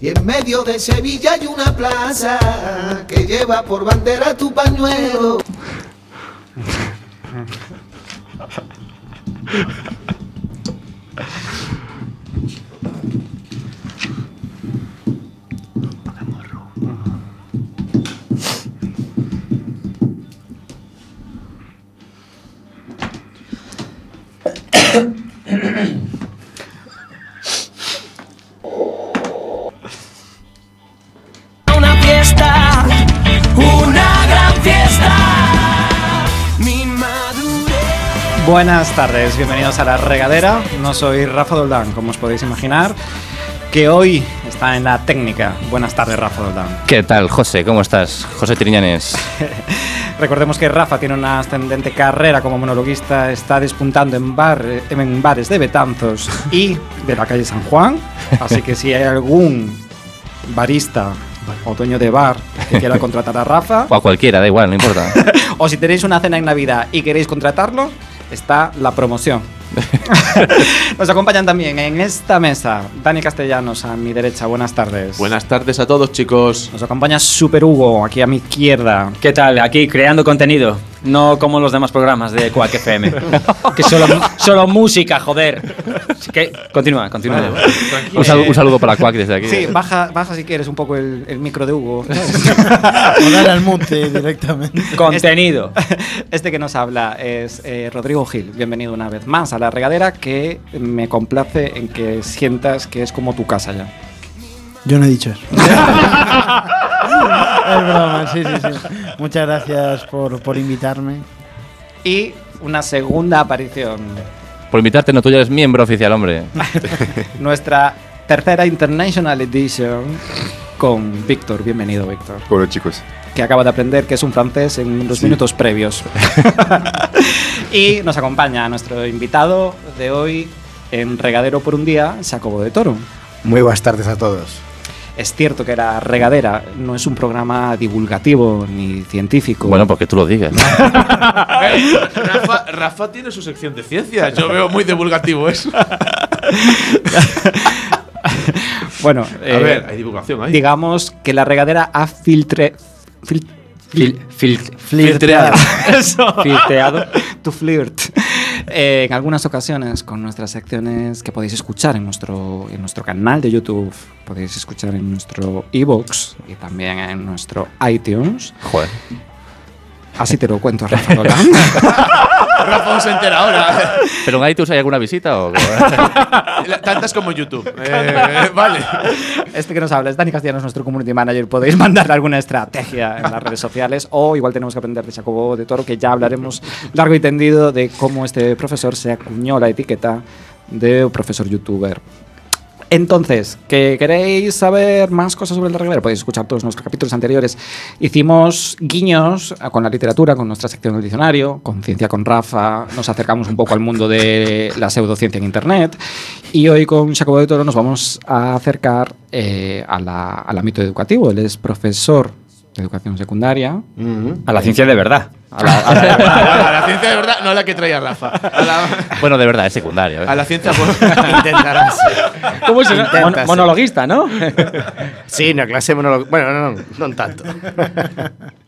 Y en medio de Sevilla hay una plaza que lleva por bandera tu pañuelo. Una fiesta, una gran fiesta. Mi Buenas tardes, bienvenidos a La Regadera. No soy Rafa Doldán, como os podéis imaginar, que hoy está en la técnica. Buenas tardes, Rafa Doldán. ¿Qué tal, José? ¿Cómo estás? José Triñanes. Recordemos que Rafa tiene una ascendente carrera como monologuista, está despuntando en, bar- en bares de Betanzos y de la calle San Juan, así que si hay algún barista o dueño de bar que quiera contratar a Rafa, O a cualquiera, da igual, no importa. O si tenéis una cena en Navidad y queréis contratarlo, está la promoción. Nos acompañan también en esta mesa Dani Castellanos a mi derecha. Buenas tardes. Buenas tardes a todos, chicos. Nos acompaña Super Hugo aquí a mi izquierda. ¿Qué tal? Aquí creando contenido, no como los demás programas de Quack FM. que solo, solo música, joder. Así que, continúa, continúa. Un, salu- un saludo para Cuac desde aquí. Sí, baja, baja si quieres un poco el, el micro de Hugo. O dar al monte directamente. Contenido. Este que nos habla es eh, Rodrigo Gil. Bienvenido una vez más a la regadera que me complace en que sientas que es como tu casa ya. Yo no he dicho eso. es broma, sí, sí, sí. Muchas gracias por, por invitarme. Y una segunda aparición Por invitarte, no, tú ya eres miembro oficial, hombre. nuestra tercera International Edition con Víctor. Bienvenido, Víctor. Hola chicos. Que acaba de aprender que es un francés en los minutos previos. y nos acompaña nuestro invitado de hoy en Regadero por un día, Jacobo de Toro. Muy buenas tardes a todos. Es cierto que la regadera no es un programa divulgativo ni científico. Bueno, pues, porque tú lo digas. ¿no? Rafa, Rafa tiene su sección de ciencias. Yo veo muy divulgativo eso. A Bueno, eh, ver, hay divulgación ahí. digamos que la regadera ha filtre, fil- Fil- fil- Filtreado. filteado. tu flirt Eh, en algunas ocasiones con nuestras secciones que podéis escuchar en nuestro, en nuestro canal de YouTube, podéis escuchar en nuestro iBox y también en nuestro iTunes. Joder. Así te lo cuento, Rafa Dolan. Rafa se entera ahora. ¿Pero en iTunes hay alguna visita o qué? La- Tantas como en YouTube. Eh, vale. Este que nos habla es Dani Castellanos, nuestro community manager. Podéis mandar alguna estrategia en las redes sociales o igual tenemos que aprender de Jacobo de Toro, que ya hablaremos largo y tendido de cómo este profesor se acuñó la etiqueta de profesor youtuber. Entonces, que queréis saber más cosas sobre el regadero, podéis escuchar todos nuestros capítulos anteriores. Hicimos guiños a- con la literatura, con nuestra sección del diccionario, con Ciencia con Rafa, nos acercamos un poco al mundo de la pseudociencia en Internet. Y hoy con Jacobo de Toro nos vamos a acercar eh, a la- al ámbito educativo. Él es profesor de educación secundaria. Este- A la ciencia de verdad. A la, a la- a la- a la ciencia de verdad, no a la que traía Rafa. A la, Bueno, de verdad, es secundario. ¿eh? a la ciencia. Intentarás. ¿Cómo es? Intenta, Mon- sí. monologuista, ¿no? Sí, na clase monólogo. Bueno, no, no, non tanto.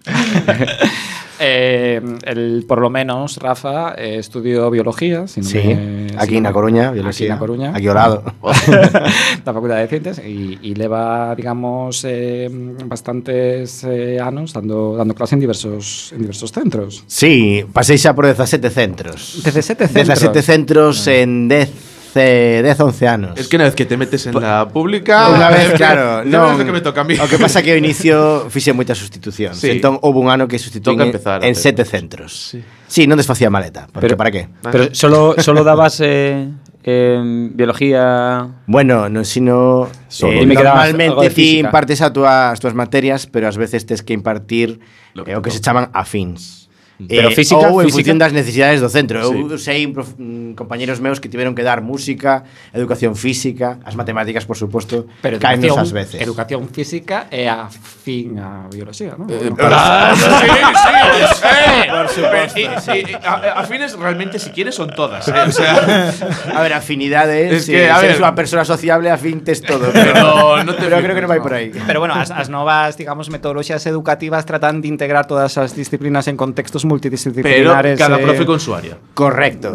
Eh, él, por lo menos, Rafa, eh, estudió biología. si no Sí, me- si aquí no na me- Coruña, Aquí en biología. La Coruña. Aquí ao lado. la Facultad de Ciencias y, y lleva, digamos, eh, bastantes eh, años dando, dando clase en diversos, en diversos centros. Sí, pasei xa por 17 centros. 17 17 centros en 10 eh, 10 11 anos. Es que una vez que te metes en la pública. Unha vez, claro, No, es lo que me toca a mí. O que pasa que ao inicio fixe moitas sustitucións. Sí. Sí. Entón houve un ano que sustituín Toca empezar a en hacer. 7 centros. Sí. Sí. sí, non desfacía maleta, porque Pero- Pero, para qué? Pero solo, solo dabas eh, em, biología. Bueno, no sino eh, Solo. Dime que dabas algo de normalmente ti física. impartes a túas as túas materias, pero ás veces tes que impartir lo Lo que que, eh, o que toca. Mm. se chaman afins. Pero física, ou en física. función das necesidades do centro. Eu sei prof, mm, compañeros meus que tiveron que dar música, educación física, as matemáticas, por suposto, Pero caennos educación, ás veces. educación física é afín a biología, non? Ah, sí, sí, eh. Y- y- a, a fines, realmente, si quieres, son todas. eh, o sea, A ver, afinidades, Es si que, a eres ver- unha persona sociable, afín tes todo. Pero no te pero creo que non vai por flipes, aí. Pero bueno, as, as novas, digamos, metodoloxías educativas tratan de integrar todas as disciplinas en contextos pero multidisciplinares. cada eh, profe con su área. Correcto.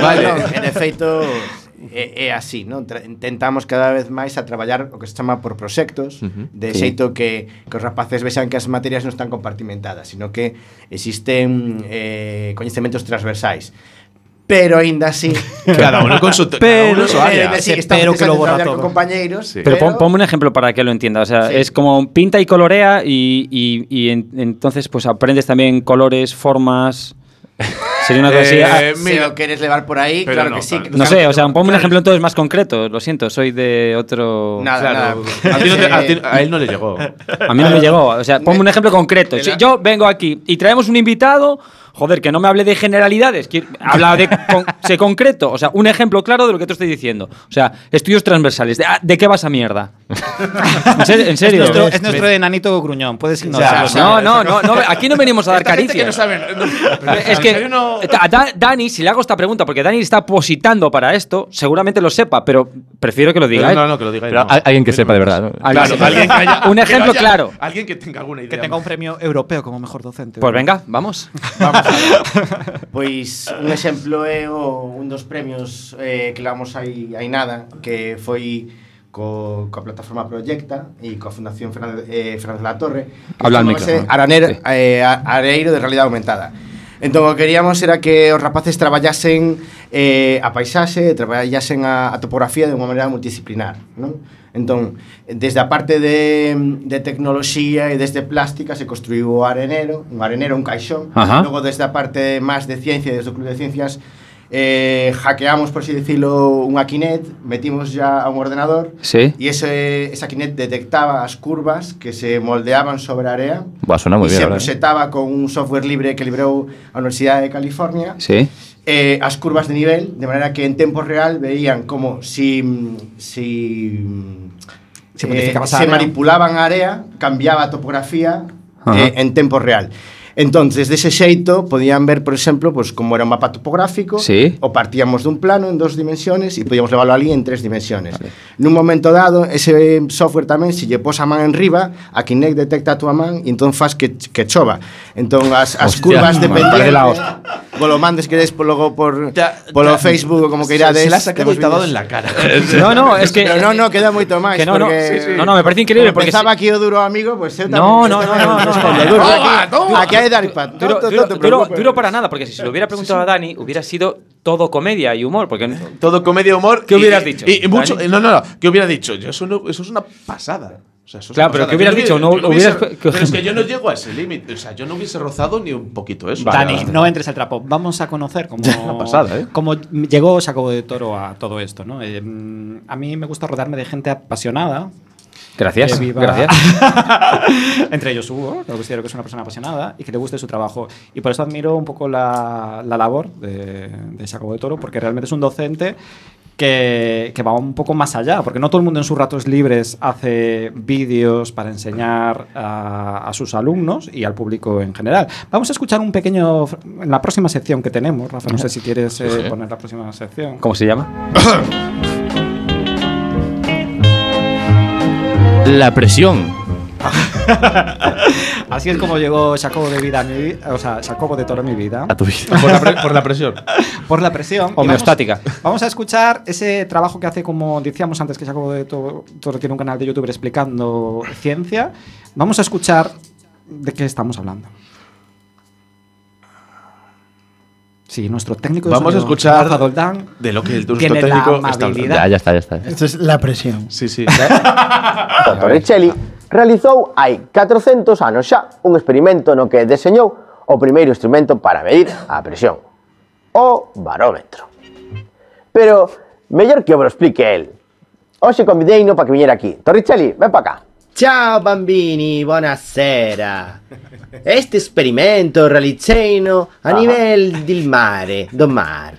vale. No, en efeito, é, é así, non? Tra tentamos cada vez máis a traballar o que se chama por proxectos, uh -huh. de xeito que, que os rapaces vexan que as materias non están compartimentadas, sino que existen eh, coñecementos transversais. Pero aínda así, Cada uno con su, cada uno su é área. decir, Ese estamos pero que pensando lo en borra traballar todo. con compañeiros, sí. Pero pon- ponme un ejemplo para que lo entienda. O sea, Sí. es como pinta y colorea y, y- y en- entonces pues aprendes también colores, formas. Sería una cosa así. Eh, Ah, se mira. o queres levar por aí, Pero claro no, que sí. claro. no sé, o sea, ponme un ejemplo entonces más concreto. Lo siento, soy de otro. Nada, Claro, nada. a, ti no te- a ti- a él no le llegó. A mí no me llegó. O sea, ponme un ejemplo concreto. Si yo vengo aquí y traemos un invitado, joder, que no me hable de generalidades, que habla de con- sé concreto. O sea, un ejemplo claro de lo que te estoy diciendo. O sea, estudios transversales. ¿De, ah, ¿de qué vas a mierda? ¿En serio? en Es serio? nuestro, es nuestro enanito gruñón, puedes ignorarlo. No, no, no, no, aquí no venimos a dar Esta gente que no caricias. saben. no, pero Es hay que uno- a Da- Dani, si le hago esta pregunta, porque Dani está positando para esto, seguramente lo sepa, pero prefiero que lo diga. ¿eh? Pero él. no, no, que lo diga él, Pero no. a- alguien que sepa de verdad. ¿no? Alguien pues, Claro, se- alguien que haya- un que ejemplo haya- claro. Alguien que tenga alguna idea. Que tenga un premio europeo como mejor docente. Pues venga, vamos. Pois un exemplo é o, un dos premios eh, que levamos hai, hai nada que foi co, coa plataforma Proyecta e coa Fundación Fernández, eh, Fernández la Torre que Habla al chamábase micro, ¿no? Aranero, eh, a- Areiro de Realidade Aumentada Entón, o que queríamos era que os rapaces traballasen eh, a paisaxe, traballasen a, a topografía de unha maneira multidisciplinar, non? Entón, desde a parte de, de tecnoloxía e desde plástica se construiu o arenero, un arenero, un caixón, Ajá. Logo, desde a parte máis de ciencia, desde o Club de Ciencias, eh, hackeamos, por así decirlo, unha kinet, metimos ya a un ordenador, Sí. e ese, esa kinet detectaba as curvas que se moldeaban sobre a area, Buah, suena muy e Ah, bien, se la ¿verdad? proxetaba con un software libre que librou a Universidade de California, Sí. eh, as curvas de nivel, de maneira que en tempo real veían como si mm, si mm, Se modificaba esa se área. manipulaban a área, cambiaba a topografía Ajá. eh, en tempo real. Entonces, dese xeito podían ver, por exemplo, pues, como era un mapa topográfico, Sí. o partíamos dun plano en dos dimensiones e podíamos leválo ali en tres dimensiones. Vale. Nun momento dado, ese software tamén, se lle pos a man en riba, a Kinect detecta a tua man e entón faz que, que chova. Entón, as, as Hostia, curvas me dependientes... parece la Polo mandes que des polo, por, Ya- polo ya- Facebook ou como Se- queirades. Se la ha sacado y te ha dado en la cara. No, no, es que. Pero no, no, queda moito máis. Que no, no. porque- Sí, sí. No, no, me parece increíble, Como porque pensaba se- aquí o duro amigo, pues eu tamén. No, no, no, no, no. Respondo, duro, Toma, aquí, toma. aquí hai dar pa. Duro, duro- duro- duro para nada, porque si se lo hubiera preguntado a Dani, hubiera sido todo comedia y humor. Porque Todo comedia, humor. ¿Qué y- hubieras dicho, Y, y mucho, Dani? no, no, no. ¿Qué hubiera dicho? Yo, eso, no- eso es una pasada. O sea, eso es Claro, pero una pasada. ¿qué hubieras Yo dicho? No yo hubieras- hubiese- que- Pero es que yo no llego a ese límite. O sea, yo no hubiese rozado ni un poquito eso. Dani, no entres al trapo. Vamos a conocer cómo, pasada, ¿eh? cómo llegó Jacobo de Toro a todo esto. ¿no? Eh, mm, a mí me gusta rodarme de gente apasionada, Gracias, que viva- gracias. Entre ellos Hugo, que considero que es una persona apasionada y que le guste su trabajo. Y por eso admiro un poco la, la labor de, de Jacobo de Toro, porque realmente es un docente que, que va un poco más allá, porque no todo el mundo en sus ratos libres hace vídeos para enseñar a, a sus alumnos y al público en general. Vamos a escuchar un pequeño. fr- En la próxima sección que tenemos, Rafa, no sé si quieres eh, sí. poner la próxima sección. ¿Cómo se llama? La presión. Así es como llegó Jacobo de, vida a mi vi- o sea, Jacobo de Toro a mi vida. A tu vida. Por la, pre- por la presión. por la presión. Homeostática. Y Vamos, vamos a escuchar ese trabajo que hace, como decíamos antes, que Jacobo de To- Toro tiene un canal de YouTube explicando ciencia. Vamos a escuchar de qué estamos hablando. Sí, nuestro técnico de Vamos a sonido, escuchar- Rafa Doldán, De lo que el nuestro tiene la técnico está hablando. amabilidad. Ya, ya está, ya está. Esto es la presión. Sí, sí. Torricelli realizou hai 400 anos xa un experimento no que deseñou o primeiro instrumento para medir a presión, o barómetro. Pero mellor que vos explique el. Hoxe convideino para que viñera aquí. Torricelli, ven para cá. Ciao bambini, buonasera. Este esperimento realizzato a livello del mare, do mar.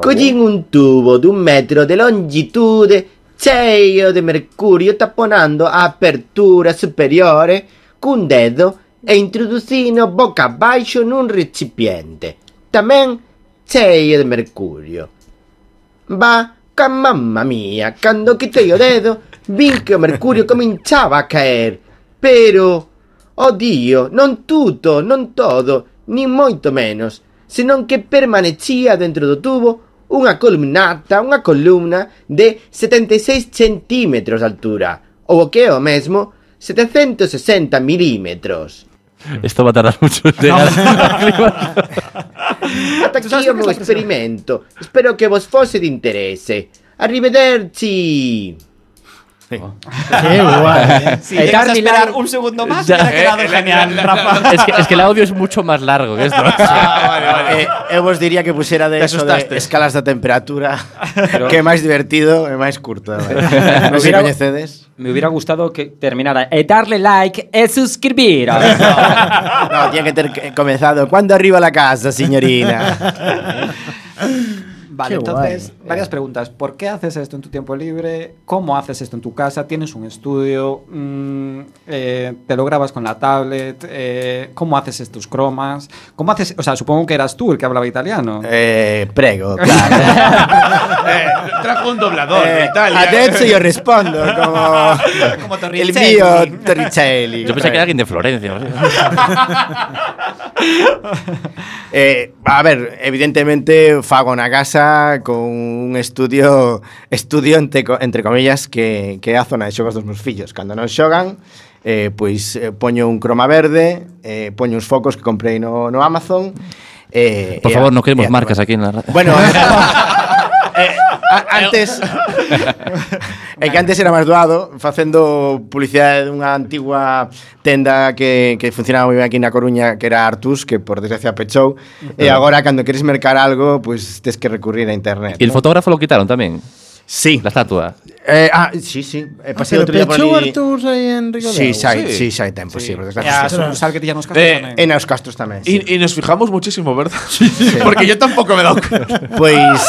Cogin un tubo di un metro di longitudine, 6 di mercurio tapponando a apertura superiore con un dedo e introducino bocca abaixo in un recipiente. También 6 di mercurio. Va, ca mamma mia, cando quitei o dedo, vin che o mercurio cominciava a caer. Pero, oddio, non tutto, non todo, ni moito menos, senón que permanecía dentro do tubo unha columnata, unha columna de 76 centímetros de altura, ou o que é o mesmo, 760 milímetros. Esto va a tardar mucho. ¿eh? en llegar. Ata aquí o meu experimento. Espero que vos fose de interese. Arrivederci! Qué guay. ¿eh? Si llegas a esperar un segundo más, Ya. te ha quedado Eh, la- genial, la- la- Rafa. es, que, es que el audio es mucho más largo que esto. Eh, eu vos diría que pusiera de, Ah, Te eso de asustaste. escalas de temperatura que é máis divertido e máis curto. Non sei Hubiera- coñecedes. Me hubiera gustado que terminara. eh, darle like, eh, suscribir. No, tiene que ter que- comenzado. ¿Cuándo arriba la casa, señorina? Vale, Qué entonces, guay. varias preguntas. ¿Por qué haces esto en tu tiempo libre? ¿Cómo haces esto en tu casa? ¿Tienes un estudio? Mm, eh, ¿Te lo grabas con la tablet? Eh, ¿Cómo haces estos cromas? ¿Cómo haces? O sea, supongo que eras tú el que hablaba italiano. Eh, prego, claro. Eh, trajo un doblador de Eh, Italia. adesso yo respondo como, Como el Torricelli. mío Torricelli. Yo pensé que era alguien de Florencia. no sé. Eh, a ver, evidentemente fago na casa con un estudio estudio entre, co- entre comillas que, que é a zona de xogos dos meus fillos. Cando non xogan, eh, pois eh, poño un croma verde, eh, poño uns focos que comprei no, no Amazon. Eh, e Por favor, a- no e queremos a- marcas aquí en la radio. Bueno, eh, a- antes É que antes era máis doado facendo publicidade dunha antigua tenda que, que funcionaba moi ben aquí na Coruña que era Artus, que por desgracia pechou e agora cando queres mercar algo pois pues, tes que recurrir a internet Y el fotógrafo lo quitaron también. Sí La estatua. eh, Ah, sí, sí eh, Pasei Pero outro día por pechou ali Artur aí en Ah, Río Sí, Deu. xa hai, sí. xa hai tempo, sí, por desgracia sí. Sal que te llamas Eh, E nos castros tamén sí. Y, y nos fijamos muchísimo, ¿verdad? Porque yo tampoco me he dado cuenta. Pois,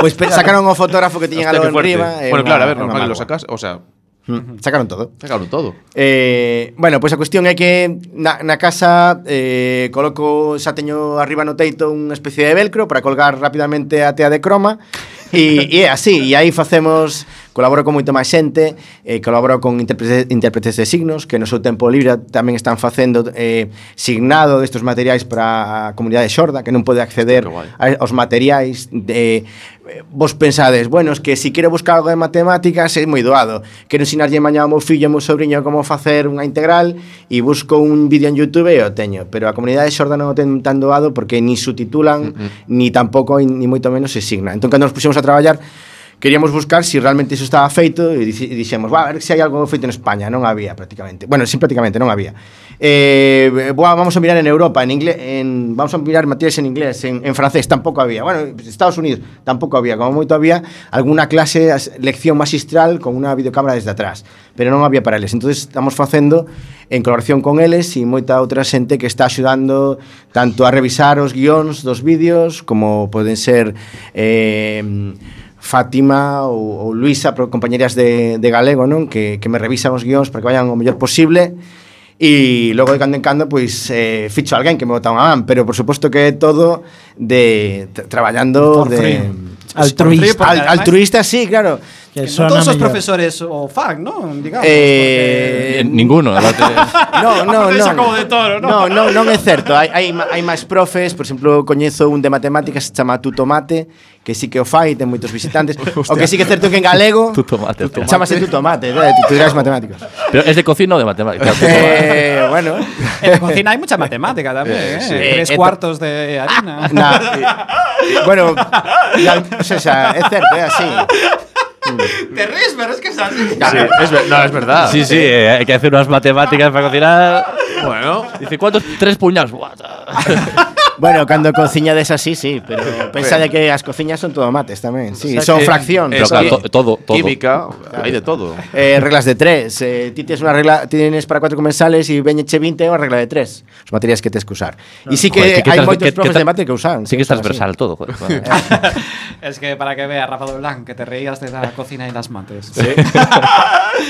pois pe- sacaron o fotógrafo que tiñan Hostia, algo qué en fuerte. riba e Bueno, unha- claro, a ver, e unha normal, mágoa. lo sacas. O sea, Mm, Sacaron todo sacaron todo. Eh, bueno, pois a cuestión é que na, na casa eh, coloco, xa teño arriba no teito unha especie de velcro para colgar rapidamente a tea de croma e, e é así, e aí facemos colaboro con moito máis xente eh, colaboro con intérpretes, intérpretes de signos que no seu tempo libre tamén están facendo eh, signado destes materiais para a comunidade xorda que non pode acceder Qué guai. a- aos materiais de eh, vos pensades, bueno, es que si quero buscar algo de matemáticas é moi doado. Quero ensinarlle mañá ao meu fillo e ao meu sobrinho como facer unha integral e busco un vídeo en YouTube e o teño, pero a comunidade xorda non o ten tan doado porque ni subtitulan, ni tampouco ni moito menos se signa. Entón cando nos puxemos a traballar queríamos buscar si realmente iso estaba feito e dici- e dixemos, "Buah, a ver se hai algo feito en España, non había prácticamente. Bueno, sí, prácticamente non había. Eh, buah, vamos a mirar en Europa, en inglés, en, vamos a mirar materias en inglés, en, en francés, tampouco había. Bueno, pues, Estados Unidos tampouco había, como moito había alguna clase, as- lección magistral con unha videocámara desde atrás, pero non había para eles. Entonces estamos facendo en colaboración con eles e moita outra xente que está axudando tanto a revisar os guións dos vídeos como poden ser eh, Fátima ou, ou Luisa, pro- compañeras de, de galego, non? Que, que me revisan os guións para que vayan o mellor posible e logo de cando en cando pois eh, ficho a alguén que me bota unha man, pero por suposto que é todo de tra- traballando Por de free. altruista, Por free, porque Al- además- altruista sí, claro. no Que sona todos sos mellor. profesores o fan, ¿no? Digamos. Eh, Eh, Ninguno. aparte. No, no, Profes no. a como de toro, no? no, no, non é certo. Hai, hai, ma- hai máis profes, por exemplo, coñezo un de matemáticas se chama Tuto Mate, que sí que o fai, ten moitos visitantes. o que sí que é certo que en galego Tuto Mate, hostia. chamase Tuto Mate, eh, tutoriales matemáticos. Pero es de cocina o de matemáticas. eh, bueno, Porque en la cocina hay mucha matemática también, ¿eh? sí. Tres Eh, Ah, cuartos de harina. na, eh, bueno, ya, o sea, xa, é certo, é así. Te ríes, pero es que es así. Sí, es no, es verdad. Sí, sí, eh, hay que hacer unas matemáticas para cocinar. Bueno. Dice, ¿cuántos? Tres puñados. Buah, ta. Bueno, cando cociñades así, sí, pero pensade que as cociñas son todo mates tamén. Sí, sea son que- fracción. Eh, Pero sí. claro, to- todo, todo. Química, hay de todo. Eh, reglas de tres. Eh, ti tienes una regla, tienes para cuatro comensales y veñeche 20 una regla de tres. As materias que tes que usar. E sí que Joder, que- que hai tra- moitos que- que profes tra- de mate que usan. Sí que es usan así. Eh. transversal todo. joder. Es que para que vea, Rafa Doblán, que te reías de la cocina y las mates.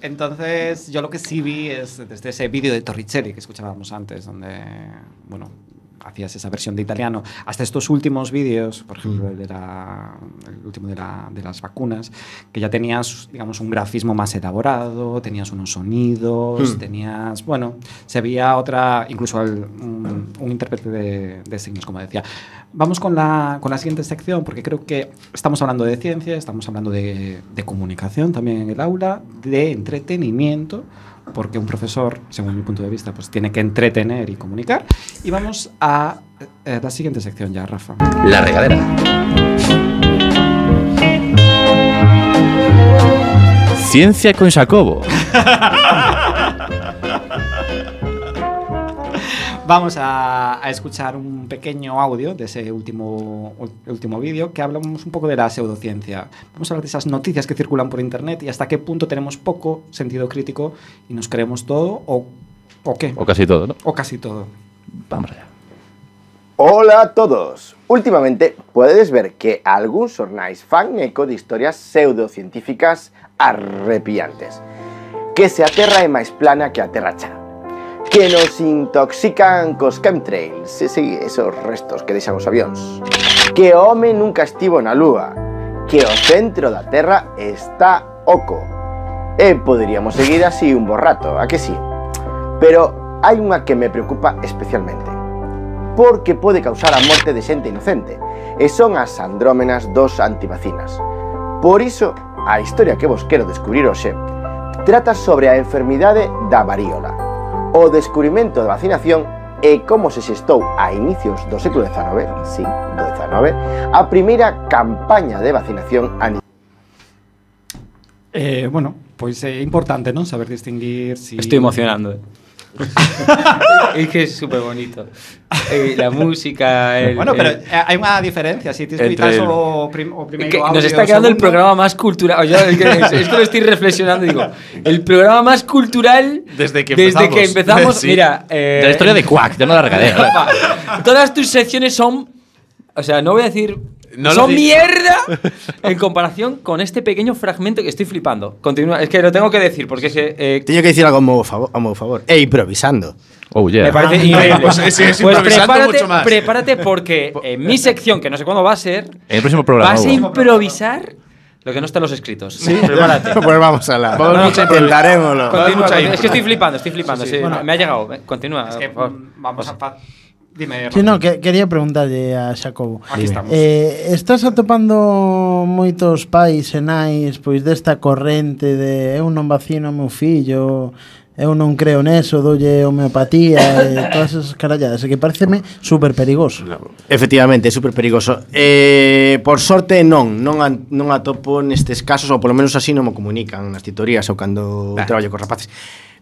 Entonces, yo lo que sí vi es desde ese vídeo de Torricelli que escuchábamos antes, donde, bueno, hacías esa versión de italiano, hasta estos últimos vídeos, por ejemplo, el, de la, el último de, la- de las vacunas, que ya tenías, digamos, un grafismo más elaborado, tenías unos sonidos, tenías, bueno, se veía otra, incluso el- un, un intérprete de, de signos, como decía. Vamos con la, con la siguiente sección, porque creo que estamos hablando de ciencia, estamos hablando de, de comunicación también en el aula, de entretenimiento, porque un profesor, según mi punto de vista, pues tiene que entretener y comunicar. Y vamos a eh, la siguiente sección ya, Rafa. La regadera. Ciencia con Jacobo. Vamos a, a escuchar un pequeño audio de ese último, ul- último vídeo que hablamos un poco de la pseudociencia. Vamos a hablar de esas noticias que circulan por internet y hasta qué punto tenemos poco sentido crítico y nos creemos todo o, o qué, O casi todo, ¿no? o casi todo. Vamos allá. Hola a todos! Últimamente podedes ver que algúns xornais fan eco de historias pseudocientíficas arrepiantes que se a Terra é máis plana que a Terra chá que nos intoxican cos chemtrails e sí, esos restos que deixan os avións que o home nunca estivo na lúa que o centro da Terra está oco e poderíamos seguir así un bo rato, a que sí? Pero hai unha que me preocupa especialmente porque pode causar a morte de xente inocente e son as andrómenas dos antivacinas. Por iso, a historia que vos quero descubrir hoxe trata sobre a enfermidade da varíola, o descubrimento da vacinación e como se xestou a inicios do século XIX, sí, do XIX, a primeira campaña de vacinación a nivel Eh, bueno, pues eh, importante, ¿no? Saber distinguir si... Estoy emocionando. eh. es que es súper bonito. Eh, la música. El, Bueno, pero el- eh, hay una diferencia, si tienes Entre vital el- o, prim- o primero que audio nos o está quedando el segundo. programa más cultural. Yo, es, que, es- es que lo estoy reflexionando y digo, el programa más cultural Desde que desde que empezamos. empezamos. Sí. Mira, eh, De la historia de Quack, ya no la regadera. Rafa, Todas tus secciones son. O sea, no voy a decir. No lo son digas. mierda en comparación con este pequeño fragmento que estoy flipando. Continúa, es que lo tengo que decir porque es que. eh, Teño que dicir algo a meu favor, a meu favor. E improvisando. Oh, me yeah. parece Ah, increíble. pues es- es improvisando prepárate, mucho más. prepárate porque en mi sección, que no sé cuándo va a ser, En el próximo programa. vas a Hugo. improvisar lo que no está en los escritos. Sí, prepárate. pues Pois vamos a la. Vamos Vamos mucho a improvisar. Intentarémoslo. Vamos Continúa, mucho continúa. a es que improvisar. estoy flipando, estoy flipando. sí, bueno. me ha llegado. eh, Continúa. Es que, por favor. mm, vamos a... fa- Dime, Rafa. Sí, no, que, quería preguntarlle a Xacobo. Aquí estamos. Eh, estás atopando moitos pais e nais pois desta corrente de eu non vacino o meu fillo, eu non creo neso, doulle homeopatía e todas esas caralladas, e que pareceme super perigoso. Efectivamente, é super perigoso. Eh, por sorte non, non an- non atopo nestes casos ou polo menos así non me comunican nas titorías ou cando traballo cos rapaces.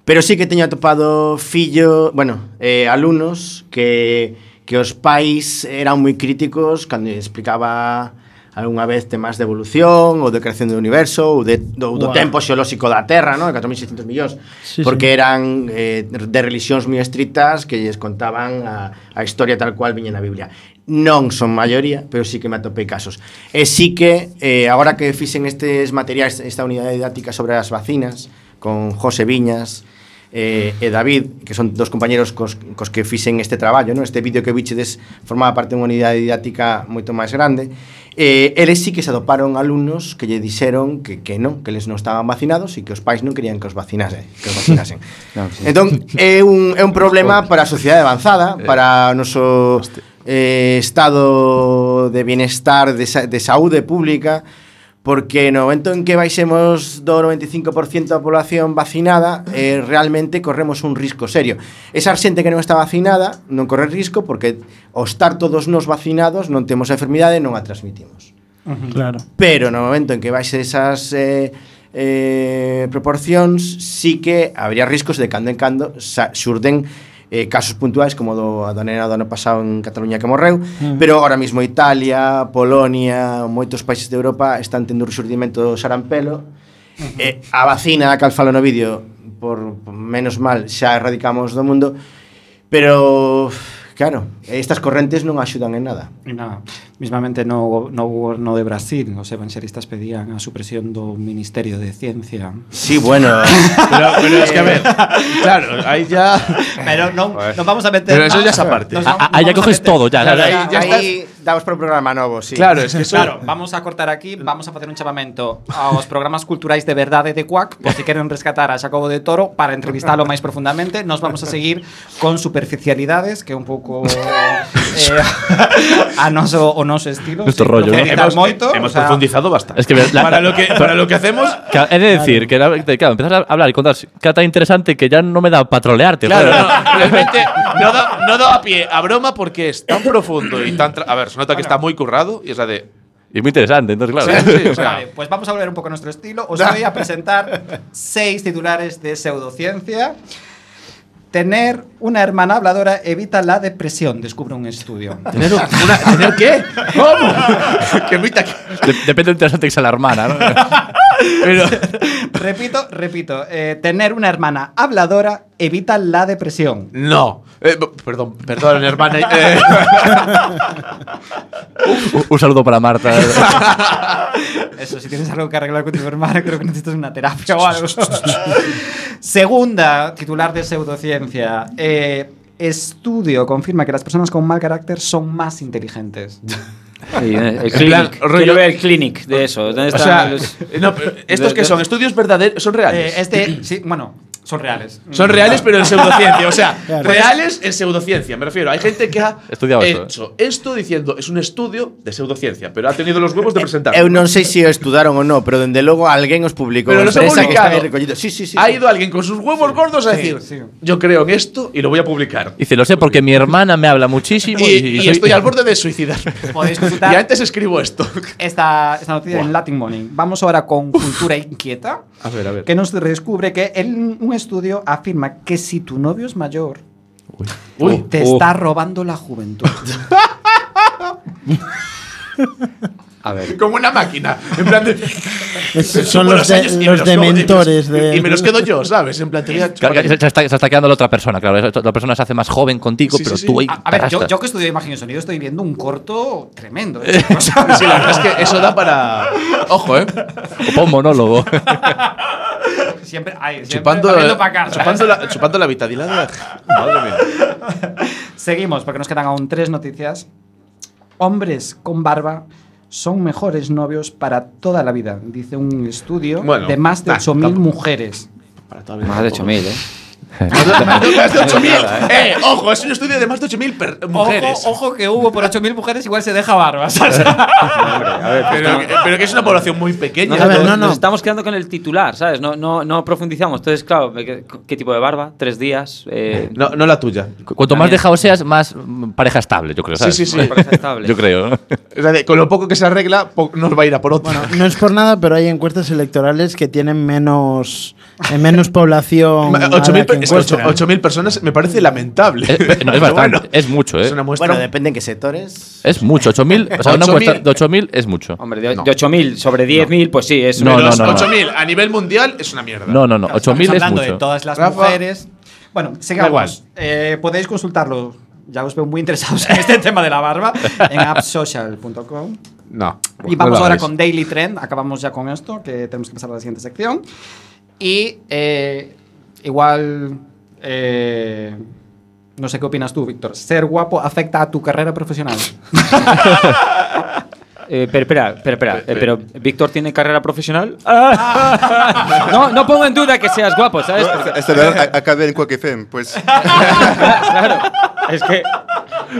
Pero sí que teño atopado fillo, bueno, eh, alumnos que que os pais eran moi críticos cando lle explicaba algunha vez temas de evolución ou de creación do universo ou, de, do, do Guau. tempo xeolóxico da Terra, non? 4600 millóns. Sí, porque sí. eran eh, de religións moi estrictas que lles contaban a, a historia tal cual viña na Biblia. Non son maioría, pero sí que me atopei casos. E sí que, eh, agora que fixen estes materiais, esta unidade didáctica sobre as vacinas, con José Viñas eh, e David, que son dos compañeros cos, cos que fixen este traballo, non? este vídeo que vichedes formaba parte dunha unidade didáctica moito máis grande, eh, eles sí que se adoparon alumnos que lle dixeron que, que non, que eles non estaban vacinados e que os pais non querían que os vacinasen. Que os vacinasen. Entón, é un, é un problema para a sociedade avanzada, para o noso eh, estado de bienestar, de, sa de saúde pública, porque no momento en que baixemos do 95% da población vacinada, eh, realmente corremos un risco serio. Esa xente que non está vacinada non corre risco porque ao estar todos nos vacinados non temos a enfermidade e non a transmitimos. Claro. Pero no momento en que baixe esas eh, eh, proporcións sí que habría riscos de cando en cando sa- xurden eh, casos puntuais como do, a do nena do ano pasado en Cataluña que morreu, mm. pero ahora mismo Italia, Polonia, moitos países de Europa están tendo un resurgimento do sarampelo. Eh, a vacina da cal falo no vídeo, por, por menos mal, xa erradicamos do mundo, pero claro, estas correntes non axudan en nada. E nada, mismamente no, no goberno de Brasil os evangelistas pedían a supresión do Ministerio de Ciencia Sí, bueno, Pero, pero es que a ver, claro, ahí ya. pero non, Joder. nos vamos a meter Pero eso ya es aparte. Nos Ah, vamos- Ah, ya nos vamos a coges meter- todo, ya. Claro, ya, ahí ya. ya estás. aí damos para un programa novo, sí. Claro, es que eso. Claro, vamos a cortar aquí, vamos a facer un chamamento aos programas culturais de verdade de Cuac, por se queren rescatar a Xacobo de Toro para entrevistalo máis profundamente. Nos vamos a seguir con superficialidades, que é un pouco eh, a noso o noso estilo. Nuestro rollo, ¿no? Hemos, Hemos, moito, o hemos sea, profundizado bastante. Es que ver, la- para, lo que, para lo que hacemos. Ca- He de decir que, la- te- claro, empiezas a hablar y contar cata interesante que ya no me da para trolearte. Claro, joder. no, realmente no da, no da a pie a broma porque es tan profundo y tan. tra- A ver, se nota que está muy currado y es la de. Y muy interesante, entonces, claro. Sí, sí, o sea, Vale, pues vamos a volver un poco a nuestro estilo. Os voy a presentar seis titulares de pseudociencia. Tener una hermana habladora evita la depresión, descubre un estudio. ¿Tener, una, ¿tener qué? ¿Cómo? que evita que. De- depende de interesante que sea la hermana, ¿no? Pero, repito, repito. eh, tener una hermana habladora evita la depresión. no. Eh, b- perdón, perdón, hermana. eh, Un- Un saludo para Marta. ¿eh? Eso, si tienes algo que arreglar con tu hermana, creo que necesitas una terapia o algo. Segunda, titular de pseudociencia. eh, estudio confirma que las personas con mal carácter son más inteligentes. Sí, el plan, clinic. rollo- Quiero ver el clinic de eso. ¿Dónde o están sea, eh, los- no, pero ¿estos que son? ¿Estudios verdaderos? ¿Son reales? Eh, este, sí, bueno, son reales. Son reales, pero en pseudociencia. O sea, reales en pseudociencia. Me refiero, hay gente que ha Estudiado esto, hecho eh. esto diciendo es un estudio de pseudociencia, pero ha tenido los Eh, huevos de presentar. Eu non sei se o estudaron ou non, pero dende logo alguén os publicou. a Pero los ha empresa que está publicado. aí recollido. Sí, sí, sí. ha sí. ido alguien con sus huevos gordos a sí, decir: sí. Yo creo en esto y lo voy a publicar. Dice, lo sé porque mi hermana me habla muchísimo Y, y, y soy- estoy al borde de suicidar. Podéis y consultar antes escribo esto. esta, esta noticia en Latin Morning. Vamos ahora con Cultura Inquieta, A ver, a ver. que nos descubre que en un estudio afirma que si tu novio es mayor, Uy, te está robando la juventud. a ver. Como una máquina. En plan de. Es- son sumo los de- años y me los llevo, y me dementores de- Y me los quedo yo, ¿sabes? En plan, te voy a Claro, chupar que se, el- se está, se está quedando la otra persona, claro. eso- La persona se hace más joven contigo, Sí, pero sí, sí. tú ahí. A, a ver, yo, arrastras. yo que estudio imagen y sonido estoy viendo un corto tremendo. ¿eh? O sea, Sí, la verdad es que eso da para. Ojo, ¿eh? O pon monólogo. siempre, ay, siempre Chupando, barriendo pa' casa. ¿eh? chupando, la, chupando la vitalidad. de la- Madre mía. Seguimos, porque nos quedan aún tres noticias. Hombres con barba son mejores novios para toda la vida, dice un estudio Bueno, de más de nah, 8.000 tampoco. mujeres. Más de 8.000, ¿eh? Más de 8.000. Eh, ojo, es un estudio de más de 8.000 per- mujeres. Ojo, ojo que hubo por 8.000 mujeres, igual se deja barba. ¿sabes? Pero, que- pero que es una población muy pequeña. Nos, A ver, nos- no, no. nos estamos quedando con el titular, ¿sabes? No, no, no profundizamos. Entonces, claro, ¿qué, qué tipo de barba? ¿Tres días? Eh, No, no la tuya. Cu- Cuanto más dejado seas, más mm, pareja estable, yo creo. Sí, ¿sabes? sí, sí. una pareja estable. Yo creo. ¿no? O sea, de- con lo poco que se arregla, po- nos va a ir a por otro. No es por nada, pero hay encuestas electorales que tienen menos, eh, menos población. a la 8.000 que per- es que ocho- encuestan. 8.000 personas me parece lamentable. Es, Eh, no, es Pero bastante. bueno, es mucho, ¿eh? es una muestra. Bueno, depende en que sectores. Es mucho, 8000. O sea, una 8.000. encuesta de 8000 es mucho. Hombre, de, de 8.000 sobre 10.000, pues sí, es No, Pero no, los no, no. 8.000 a nivel mundial es una mierda. No, no, no. Estamos 8000 es hablando de mucho. todas las Rafa. mujeres. Bueno, sigamos. igual. Eh, podéis consultarlo. Ya os veo muy interesados en este tema de la barba en appsocial.com. No. Y vamos ahora con Daily Trend. Acabamos ya con esto, que tenemos que pasar a la siguiente sección. Y eh, igual, eh, no sé qué opinas tú, Víctor. ¿Ser guapo afecta a tu carrera profesional? Eh, pero espera, espera, espera. Eh, pero Víctor tiene carrera profesional. no, no pongo en duda que seas guapo, ¿sabes? Porque- Esta verdad acabé en Quack FM, pues. claro, es que.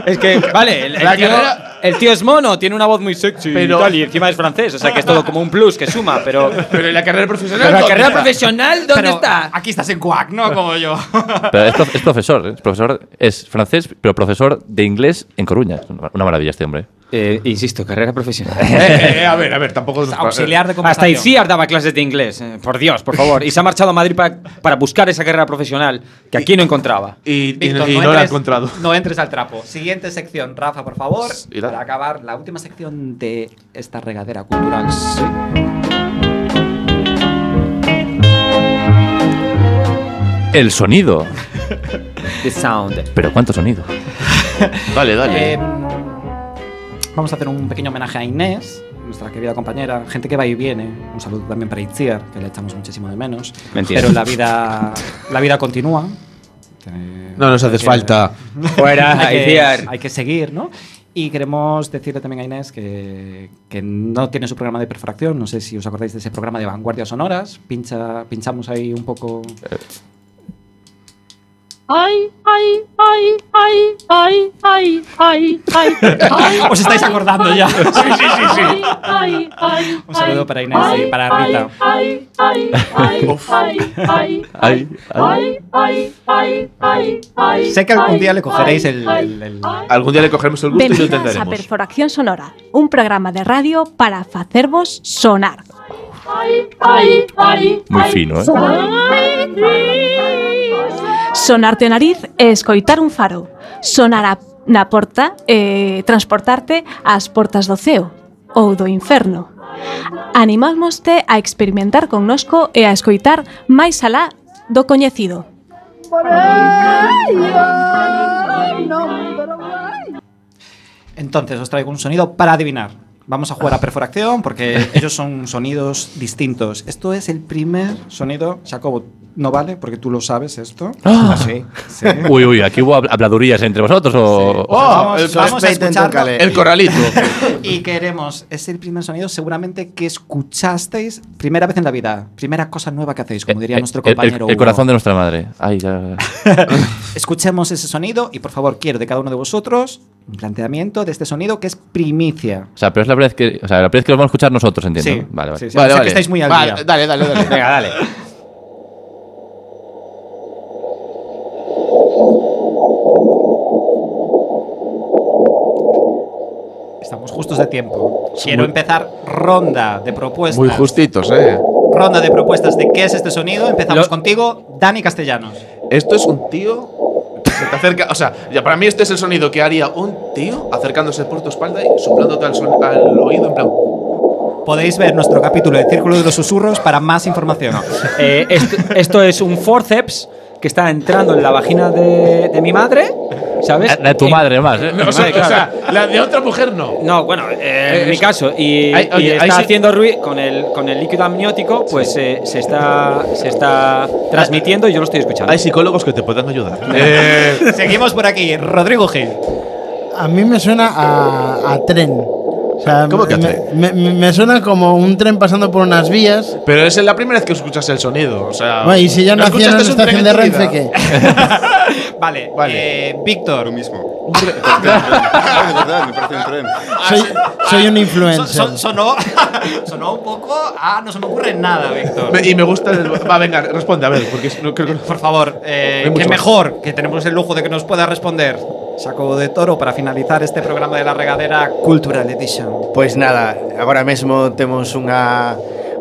Es que, vale, el, el La tío, carrera- el tío es mono, tiene una voz muy sexy Pero- y tal, y encima es francés, o sea que es todo como un plus que suma, pero. Pero en la carrera profesional. Pero la ¿dónde carrera está? profesional, ¿dónde Pero está? Aquí estás en cuac, ¿no? Como yo. Pero es, prof- es profesor, ¿eh? es profesor, es francés, pero profesor de inglés en Coruña. Es una- Una maravilla este hombre. Eh, insisto, carrera profesional. Eh, eh, a ver, a ver, tampoco nos- Pues Auxiliar de Hasta conversación. Iciar daba clases de inglés, eh, por Dios, por favor. Y se ha marchado a Madrid pa- para buscar esa carrera profesional que aquí no encontraba. Y, y- Víctor, y no, la he encontrado. Pues, No entres al trapo. Siguiente sección, Rafa, por favor. y la- Para acabar, la última sección de esta regadera cultural. El sonido. The Sound. Pero ¿cuánto sonido? Dale, dale. Eh, vamos a hacer un pequeño homenaje a Inés, nuestra querida compañera, gente que va y viene. Un saludo también para Itziar, que le echamos muchísimo de menos. Mentira. Pero la vida, la vida continúa. No nos haces falta. Fuera, hay, Eh, que, Iciar. hay que seguir, ¿no? Y queremos decirle también a Inés que, que no tiene su programa de perfracción. No sé si os acordáis de ese programa de vanguardias sonoras. Pincha, pinchamos ahí un poco. Ay, ay, ay, ay, ay, ay, ay, ay, ay. Os estáis acordando ya. Sí, sí, sí, sí. Ay, ay, ay, Un saludo para Inés y para Rita. ay, ay, ay, ay, ay, Ay, ay. ay, ay, ay, ay, ay. Sé que algún día le cogeréis el- el- el, Algún día le cogeremos el gusto y lo Bienvenidos a entenderemos. Perforación Sonora, un programa de radio para facervos sonar. Ay, ay, Muy fino, ¿eh? Sonarte o nariz é escoitar un faro. Sonar a, na porta é transportarte ás portas do ceo ou do inferno. Animámoste a experimentar connosco e a escoitar máis alá do coñecido. Entonces os traigo un sonido para adivinar. Vamos a jugar a perforación porque ellos son sonidos distintos. Esto es el primer sonido. Jacobo, no vale porque tú lo sabes esto. Ah. sí. Uy, uy, aquí hubo habl- habladurías entre vosotros o. Oh, vamos, el vamos a sospeita en escucharlo. Tócale. El corralito. Y queremos, es el primer sonido seguramente que escuchasteis primera vez en la vida. Primera cosa nueva que hacéis, como diría Eh, nuestro el- el- compañero. El, Hugo. corazón de nuestra madre. Ay, ya. Escuchemos ese sonido y por favor quiero de cada uno de vosotros un planteamiento de este sonido que es primicia. O sea, pero es la primera vez que. O sea, la primera vez que lo vamos a escuchar nosotros, entiendo. Sí, vale, vale. sí, sí. Vale, O sea, que vale. estáis muy al Vale, día. Dale, dale, dale. Venga, dale. Estamos justos de tiempo. Quiero empezar ronda de propuestas. Muy justitos, eh. Ronda de propuestas de qué es este sonido. Empezamos Lo- contigo, Dani Castellanos. Esto es un tío que se te acerca. O sea, ya para mí este es el sonido que haría un tío acercándose por tu espalda y soplándote al, son- al oído en plan. Podéis ver nuestro capítulo de Círculo de los Susurros para más información. Eh, esto, esto es un forceps que está entrando en la vagina de, de mi madre, ¿sabes? La de tu Eh, madre, más. ¿eh? No, o, sea, o sea, la de otra mujer no. No, bueno, Oh. eh, en mi caso. Y, Ay, oye, y ahí está sí- haciendo ruido con el, con el líquido amniótico, pues eh, se, está, se está transmitiendo y yo lo estoy escuchando. Hay psicólogos que te pueden ayudar. Eh, Seguimos por aquí, Rodrigo Gil. A mí me suena a, a tren. O sea, ¿Cómo que a me, tren? Me, me- me suena como un tren pasando por unas vías. pero es la primera vez que escuchas el sonido. O sea, Bueno, y si ya no hacían una este escuchaste un tren estación de en tu Renfe, vida? ¿qué? Vale, Vale. eh, Víctor. Lo mismo. Un tren, pues, tren, tren. Ay, de verdad, me parece un tren. Soy, Ah, soy un Son- influencer. son- sonó, sonó un poco. Ah, no se me ocurre nada, Víctor. Me- Y me gusta el. Va, venga, responde, a ver, porque es- no creo que. Por favor, eh, Hay que mucho más. mejor que tenemos el lujo de que nos pueda responder. Saco de toro para finalizar este programa de la regadera Cultural Edition. Pois pues nada, agora mesmo temos unha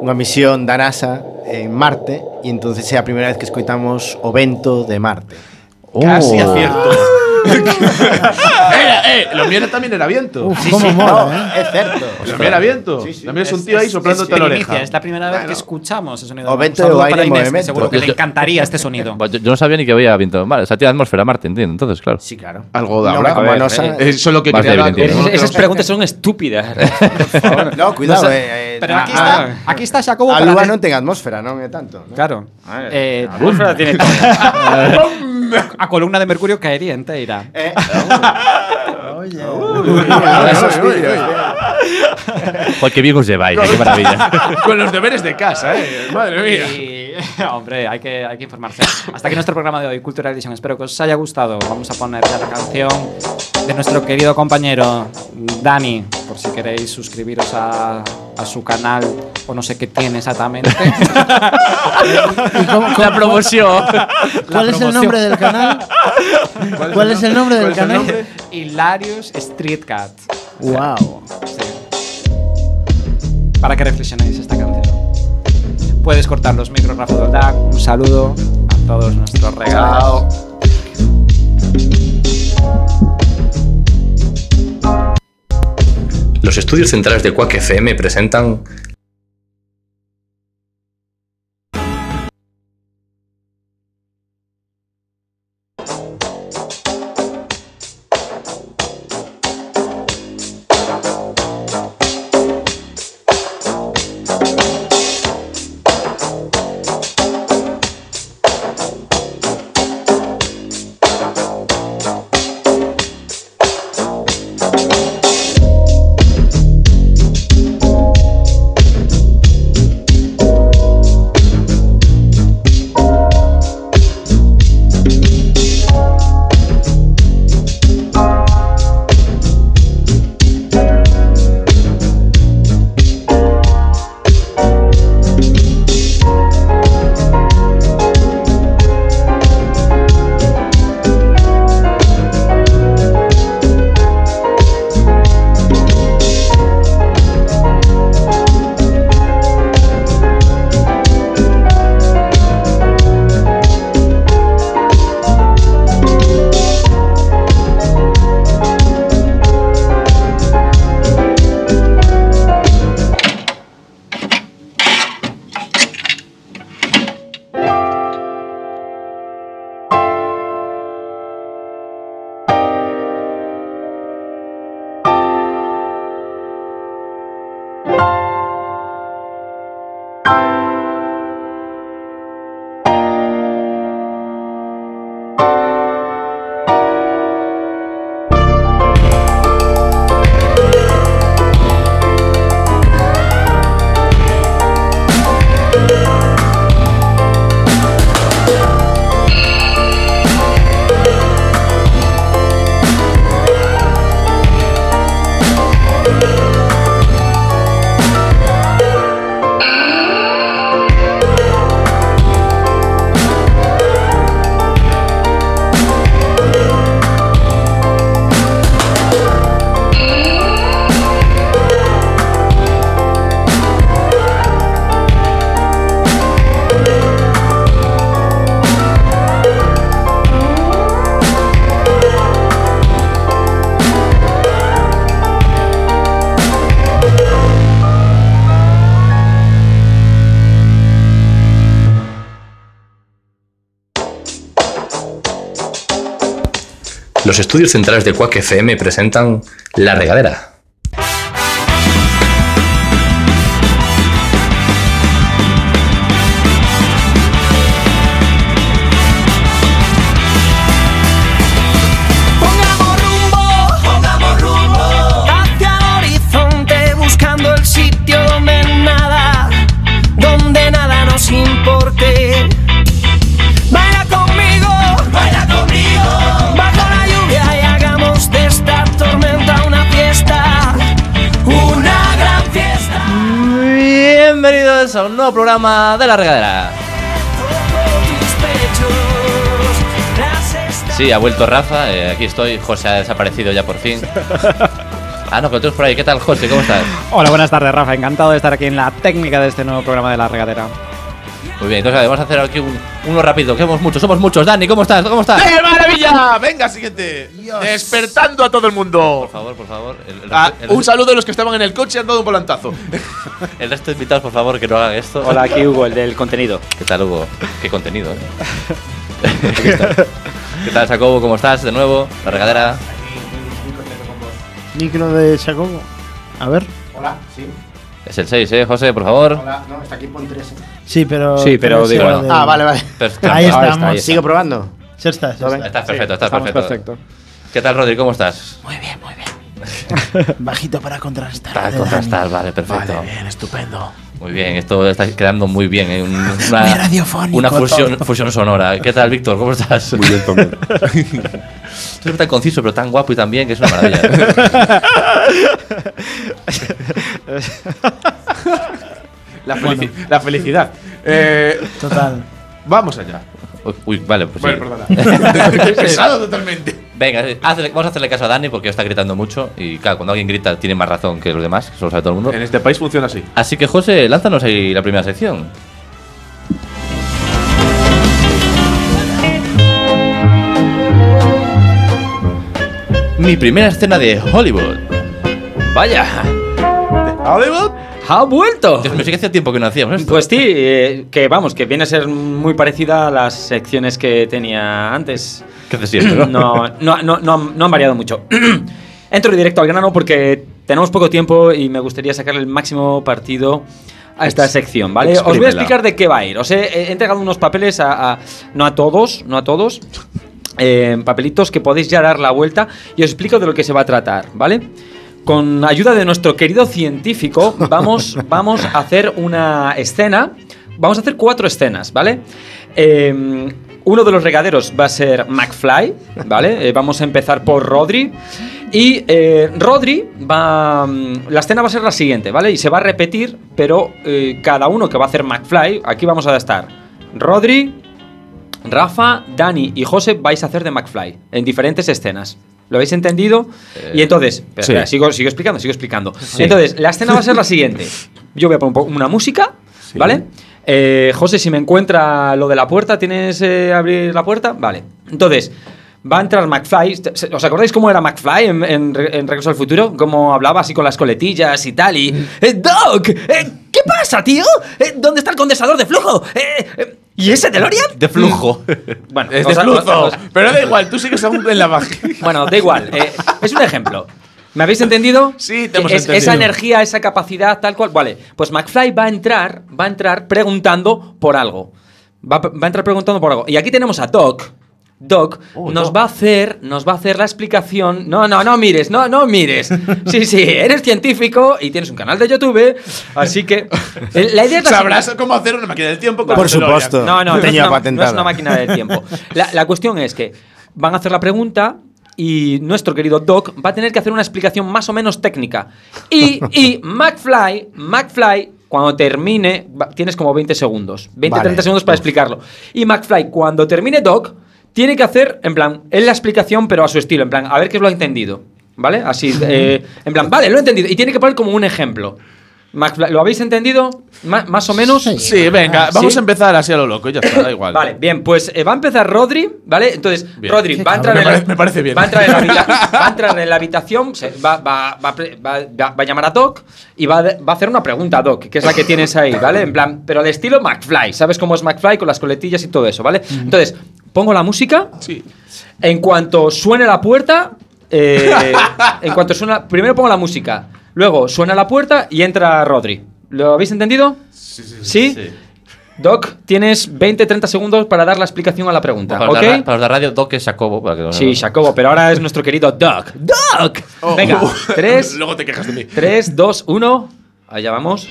unha misión da NASA en Marte e entonces é a primeira vez que escoitamos o vento de Marte. Casi acierto. Era, eh, lo mío era- también era viento. Uf, cómo mola, ¿eh? É certo. Lo mío era viento. Lo mío es un tío ahí soplándote la primicia, oreja. Es la primera vez que escuchamos ese sonido. O Un vento saludo o aire para en Inés, que movimiento. seguro que le Yo- encantaría este sonido. Bueno, Yo, yo no sabía ni que había viento. Vale, o sea, tiene atmósfera Marte, entiendo. Entonces, claro. Sí, claro. Algo da. No, habrá. como A ver, no sa- eh, Eso es lo que Más quería débil, dar. entiendo. Esas- Bueno, esas creo- preguntas son estúpidas. Ah, No, cuidado, No sé, eh, eh, Pero a- aquí está, aquí está Jacobo A para lúa des- non ten atmósfera, non é tanto. non? Claro. Eh, Atmósfera tiene todo. a columna de mercurio caería entera. Eh, Oye. Joder, qué bien os lleváis, qué maravilla. Con los deberes de casa, eh. Madre mía. Y, hombre, hay que, hay que informarse. Hasta aquí nuestro programa de hoy, Cultural Edition. Espero que os haya gustado. Vamos a poner ya la canción de nuestro querido compañero Dani, por si queréis suscribiros a, a su canal o no sé qué tiene exactamente. La promoción. ¿Cuál es el promoción. nombre del canal? ¿Cuál es el nombre del canal? Hilarious Street Cat. Wow. Para que reflexionéis esta canción. Puedes cortar los micros, Rafa Doldán. Un saludo a todos nuestros regalos. Los estudios centrales de Quack FM presentan Los estudios centrales de Quack FM presentan La Regadera. Pongamos rumbo, pongamos rumbo hacia el horizonte buscando el sitio donde nada, donde nada nos importe. Baila conmigo, baila conmigo bajo la lluvia y hagamos de esta tormenta una fiesta, una gran fiesta. Bienvenidos a un nuevo programa de La Regadera. Tus pechos, las estrellas. Sí, ha vuelto Rafa, eh, aquí estoy, José ha desaparecido ya por fin. Ah, no, que tú eres por ahí. ¿Qué tal, José? ¿Cómo estás? Hola, buenas tardes, Rafa. Encantado de estar aquí en la técnica de este nuevo programa de la regadera. Muy bien, entonces vamos a hacer aquí un- uno rápido, que somos muchos, somos muchos. Dani, ¿cómo estás? ¿Cómo estás? ¡Qué maravilla! Ah, Venga, siguiente. Despertando a todo el mundo. Por favor, por favor. El- el- Ah, el- un saludo a los que estaban en el coche y han dado un volantazo. El resto de invitados, por favor, que no hagan esto. Hola, aquí Hugo, el del contenido. ¿Qué tal, Hugo? ¿Qué contenido? eh? Aquí está. ¿Qué tal, Jacobo? ¿Cómo estás? De nuevo, la regadera. Micro de Sacobo. A ver. Hola, sí. Es el 6, ¿eh, José? Por favor. Hola, no, está aquí ¿eh? pon 13. Sí, pero. Sí, pero tenés digo, igual bueno. de- Ah, vale, vale. Pero está- ahí ahí está, estamos. ahí está. ¿Sigo probando? Ya está, ya está. Estás perfecto, estás Estamos perfecto. ¿Qué tal, Rodri? ¿Cómo estás? Bajito para contrastar. Para de contrastar, Dani. vale, perfecto. Vale, bien, estupendo. Muy bien, esto está quedando muy bien. ¿eh? Un- Muy Una, radiofónico una fusión, todo. fusión sonora. ¿Qué tal, Víctor? ¿Cómo estás? Muy bien, también. Tú eres tan conciso, pero tan guapo y tan bien que es una maravilla. La, felici- la felicidad. Eh, Total. Vamos allá. Ah. Uy, vale, pues. Bueno, sí. perdona. Estoy pesado totalmente. Venga, sí, hazle- vamos a hacerle caso a Dani porque está gritando mucho. Y claro, cuando alguien grita, tiene más razón que los demás, eso lo sabe todo el mundo. En este país funciona así. Así que, José, lánzanos ahí la primera sección. Mi primera escena de Hollywood. Vaya. ¿Hollywood? ¡Ha vuelto! Dios mío, sí que hacía tiempo que no hacíamos esto. Pues sí, eh, que vamos, que viene a ser muy parecida a las secciones que tenía antes. ¿Qué haces siempre, no? No, no, no, no han- no han variado mucho. Entro directo al grano porque tenemos poco tiempo y me gustaría sacar el máximo partido a esta Ex- sección, ¿vale? Os voy a exprímela. explicar de qué va a ir. Os he, he entregado unos papeles a, a- No a todos, no a todos. eh, papelitos que podéis ya dar la vuelta y os explico de lo que se va a tratar, ¿vale? Con ayuda de nuestro querido científico, vamos, vamos a hacer una escena. Vamos a hacer cuatro escenas, ¿vale? Eh, uno de los regaderos va a ser McFly, ¿vale? Eh, vamos a empezar por Rodri. Y eh, Rodri va. mm, La escena va a ser la siguiente, ¿vale? Y se va a repetir, pero eh, cada uno que va a hacer McFly, aquí vamos a estar. Rodri, Rafa, Dani y José vais a hacer de McFly en diferentes escenas. ¿Lo habéis entendido? y entonces, espera, sí. espera, sigo, sigo explicando, sigo explicando. Entonces, la escena va a ser la siguiente. Yo voy a poner un po- una música, ¿vale? Eh, José, si me encuentra lo de la puerta, ¿tienes eh, abrir la puerta? Vale. Entonces, va a entrar McFly. ¿Os acordáis cómo era McFly en, en Re- en Regreso al Futuro? Cómo hablaba así con las coletillas y tal. Y, "Eh, Doc, eh, ¿qué pasa, tío? Eh, ¿Dónde está el condensador de flujo? Eh, eh, ¿Y ese DeLorean? De flujo. Bueno, Es os- de os- flujo. os- Pero da igual, tú sigues aún en la baja. bueno, da igual. eh, es un ejemplo. ¿Me habéis entendido? Sí, te hemos entendido. Esa energía, esa capacidad, tal cual. Vale, pues McFly va a entrar, va a entrar preguntando por algo. Va, a- va a entrar preguntando por algo. Y aquí tenemos a Doc. Doc Oh, nos va a hacer, nos va a hacer la explicación. No, no, no mires, no, no mires. Sí, sí, eres científico y tienes un canal de YouTube, así que eh, la idea es la Sabrás siguiente. cómo hacer una máquina del tiempo con Por el DeLorean. supuesto. No, no, no, es Tenía una, no patentada. es una máquina del tiempo. La, la cuestión es que van a hacer la pregunta y nuestro querido Doc va a tener que hacer una explicación más o menos técnica. Y, y McFly, McFly, cuando termine, va- tienes como 20 segundos, 20, Vale. 30 segundos para explicarlo. Y McFly, cuando termine Doc, tiene que hacer, en plan, es la explicación, pero a su estilo, en plan, a ver qué lo ha entendido. ¿Vale? Así, eh, en plan, vale, lo he entendido. Y tiene que poner como un ejemplo. McFly, ¿Lo habéis entendido? Ma- ¿Más o menos? Sí, venga, vamos ¿Sí? a empezar así a lo loco, ya está, da igual. Vale, bien, pues eh, va a empezar Rodri, ¿vale? Entonces, Bien. Rodri Qué va a entrar en cabrón. la, Me pare- me parece bien. Va a entrar en la, habita- va a entrar en la habitación, se- va, va- va a pre- va- va- va a llamar a Doc y va, a de- va a hacer una pregunta a Doc, que es la que tienes ahí, ¿vale? En plan, pero al estilo McFly, ¿sabes cómo es McFly con las coletillas y todo eso, ¿vale? Entonces, pongo la música. Sí. En cuanto suene la puerta, eh, en cuanto suena, primero pongo la música, luego suena la puerta y entra Rodri. ¿Lo habéis entendido? Sí. Doc, tienes 20-30 segundos para dar la explicación a la pregunta, Para, ¿ok? los de ra- para los de radio, Doc es Jacobo. para que no- Sí, Jacobo, pero ahora es nuestro querido Doc. ¡Doc! Venga, tres, Luego te quejas de mí. 3, 2, 1. Allá vamos.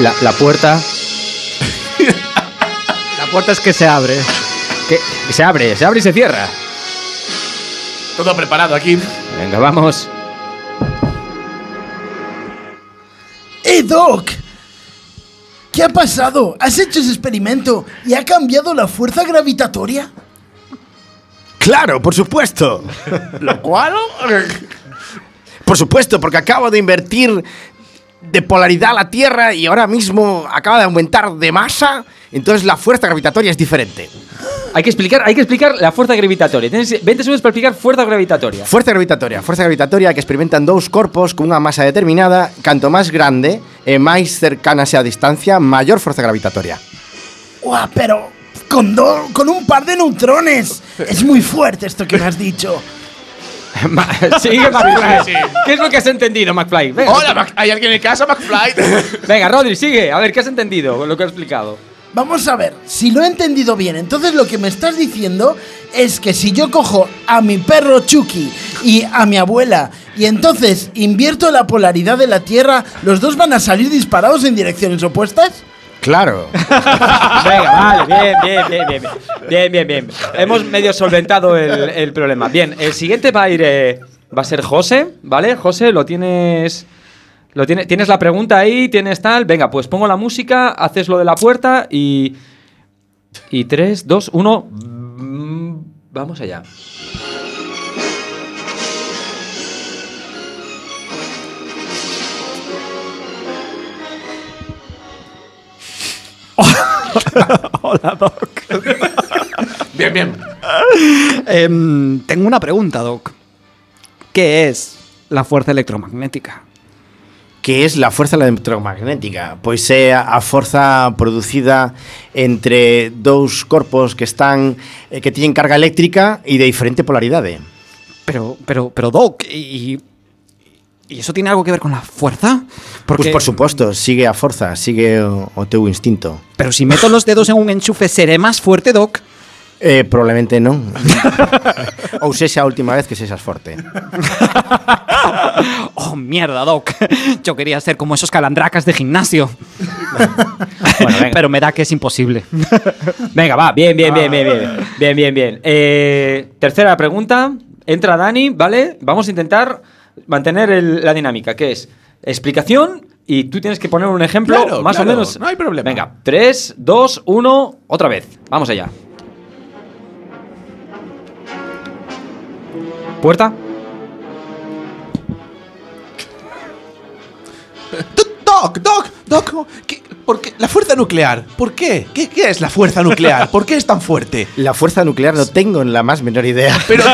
La, la puerta. la puerta es que se abre. Que que se abre, se abre y se cierra. Todo preparado aquí. Venga, vamos. ¡Eh, Doc! ¿Qué ha pasado? ¿Has hecho ese experimento y ha cambiado la fuerza gravitatoria? Claro, por supuesto. ¿Lo cual? Por supuesto, porque acabo de invertir de polaridad la Tierra y ahora mismo acaba de aumentar de masa, entonces la fuerza gravitatoria es diferente. Hay que explicar, hay que explicar la fuerza gravitatoria. Tienes 20 segundos para explicar fuerza gravitatoria. Fuerza gravitatoria, fuerza gravitatoria que experimentan dous corpos con unha masa determinada, canto máis grande e máis cercana sea a distancia, maior forza gravitatoria. ¡Guau, pero con, do- con un par de neutrones! Es muy fuerte esto que me has dicho. Sigue McFly. Sí, sí. ¿Qué es lo que has entendido, McFly? Venga, Hola, Mac- ¿hay alguien en casa, McFly? Venga, Rodri, sigue. A ver, ¿qué has entendido con lo que he explicado? Vamos a ver, si lo he entendido bien, entonces lo que me estás diciendo es que si yo cojo a mi perro Chucky y a mi abuela y entonces invierto la polaridad de la Tierra, ¿los dos van a salir disparados en direcciones opuestas? Claro. Venga, vale, bien, bien, bien, bien, bien. Bien, bien, bien. Hemos medio solventado el, el problema. Bien, el siguiente va a ir eh, va a ser José, ¿vale? José, lo tienes. Lo tiene, tienes la pregunta ahí, tienes tal. Venga, pues pongo la música, haces lo de la puerta y. Y 3, 2, 1. mm, Vamos allá. Hola, Doc. Bien, bien. Em, tengo una pregunta, Doc. ¿Qué es la fuerza electromagnética? que es la fuerza electromagnética, pois é a a forza producida entre dous corpos que están eh, que teñen carga eléctrica e de diferente polaridade. Pero, pero, pero Doc, ¿y, y eso tiene algo que ver con la fuerza? Porque... Pues, Pois por suposto, sigue a forza, sigue o, o teu instinto. Pero si meto los dedos en un enchufe, ¿seré más fuerte, Doc? Eh, probablemente non. Ou sexa a última vez que sexas forte. Oh, mierda, Doc. Yo quería ser como esos calandracas de gimnasio. Pero me da que es imposible. Ah. Venga, va, bien, bien, bien, bien, bien. Bien, bien, bien. Eh, tercera pregunta. Entra Dani, ¿vale? Vamos a intentar mantener el- la dinámica, que es explicación y tú tienes que poner un ejemplo Claro, más claro, o menos. no hay problema. Venga, 3, 2, 1, otra vez. Vamos allá. Puerta. Doc, Doc, Doc, ¿qué- ¿por qué? La fuerza nuclear, ¿por qué? ¿Qué, qué es la fuerza nuclear? ¿Por qué es tan fuerte? La fuerza nuclear no tengo la más menor idea. Pero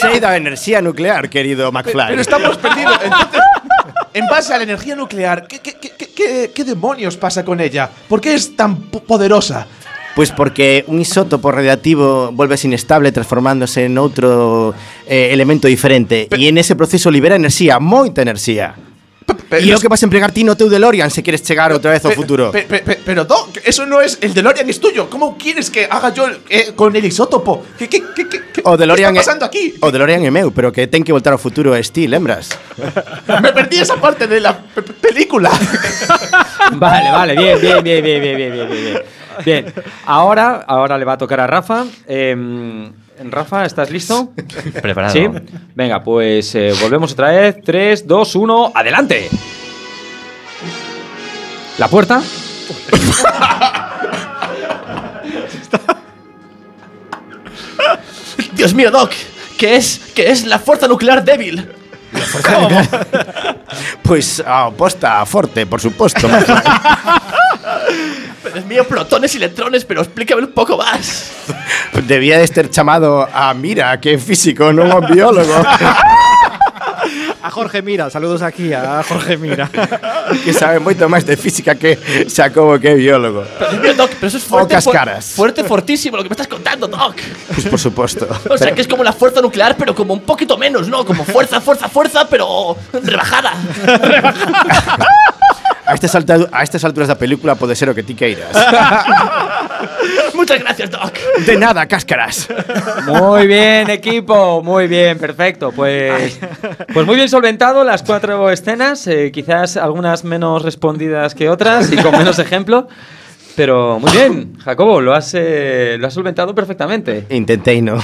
sei da enerxía nuclear, querido McFly. Pero estamos perdidos. Entonces, en base a la energía nuclear, ¿qué, qué- qué- qué- qué- qué demonios pasa con ella? ¿Por qué es tan po- poderosa? Pois Pues porque un isótopo radiactivo volvese inestable transformándose en outro eh, elemento diferente e en ese proceso libera enerxía, moita enerxía. E é o que vas a empregar ti no teu DeLorean se quieres chegar outra vez ao Pe- futuro. pe- pe- pe- pero Doc, eso no es el DeLorean es tuyo. ¿Cómo quieres que haga yo eh, con el isótopo? ¿Qué, qué- qué- qué- qué- O DeLorean é- qué está pasando aquí? O DeLorean e é meu, pero que ten que voltar ao futuro é ti, lembras? Me perdí esa parte de la pe- pe- película. Vale, vale, bien, bien, bien, bien, bien, bien, bien, bien, bien. Bien, ahora, ahora le va a tocar a Rafa. Em, Rafa, ¿estás listo? Preparado. Sí. Venga, pues eh, volvemos otra vez. 3, 2, 1, adelante. La puerta. Dios mío, Doc, ¿qué es, qué es la fuerza nuclear débil? Pois Pues, a oposta forte, por suposto. Pero es mío, protones y electrones, pero explícame un poco más. Debía de ser chamado a Mira, que é físico, non a un biólogo. A Jorge Mira, saludos aquí a Jorge Mira. que sabe moito máis de física que Xacobo que é biólogo. Pero Dios mío, Doc, pero eso es fuerte. Pocas fu- caras. Fuerte, fortísimo lo que me estás contando, Doc. Pois Pues, por suposto. O sea, que es como la fuerza nuclear, pero como un poquito menos, ¿no? Como fuerza, fuerza, fuerza, pero rebajada. A estas, alta- a estas alturas da película pode ser o que ti queiras. Muchas gracias, Doc. De nada, cáscaras. Muy bien, equipo. Muy bien, perfecto. Pues, pues muy bien solventado las cuatro escenas. eh, quizás algunas menos respondidas que otras y con menos ejemplo. Pero muy bien, Jacobo, lo has, eh, lo has solventado perfectamente. Intentei, no.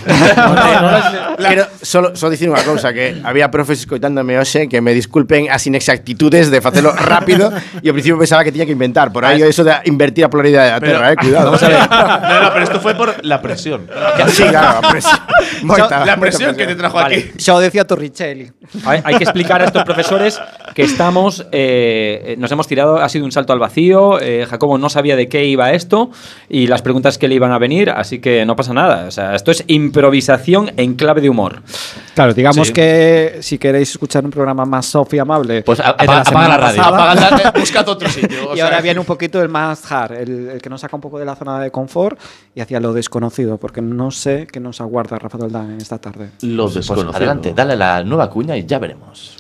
Quero solo, só dicir unha cousa que había profes escoitándome hoxe que me disculpen as inexactitudes de facelo rápido e ao principio pensaba que tiña que inventar por aí eso de invertir a polaridade da Terra, eh, cuidado. Vamos a ver. No, no, pero esto fue por la presión. Sí, claro, a presión. Moita, moita la presión que te trajo aquí. Yo decía Torricelli. Hay, hay que explicar a estos profesores que estamos, eh, eh, nos hemos tirado, ha sido un salto al vacío. eh, Jacobo no sabía de qué iba esto y las preguntas que le iban a venir, así que no pasa nada. O sea, esto es improvisación en clave de humor. Claro, digamos Sí. que si queréis escuchar un programa más soft y amable, pues apa- apaga la radio. Apagadla, eh, buscad otro sitio. o y sea, ahora viene un poquito el más hard, el, el que nos saca un poco de la zona de confort y hacia lo desconocido, porque no sé qué nos aguarda Rafa Doldán esta tarde. Lo desconocido. Pues adelante, dale a la nueva cuña y ya veremos.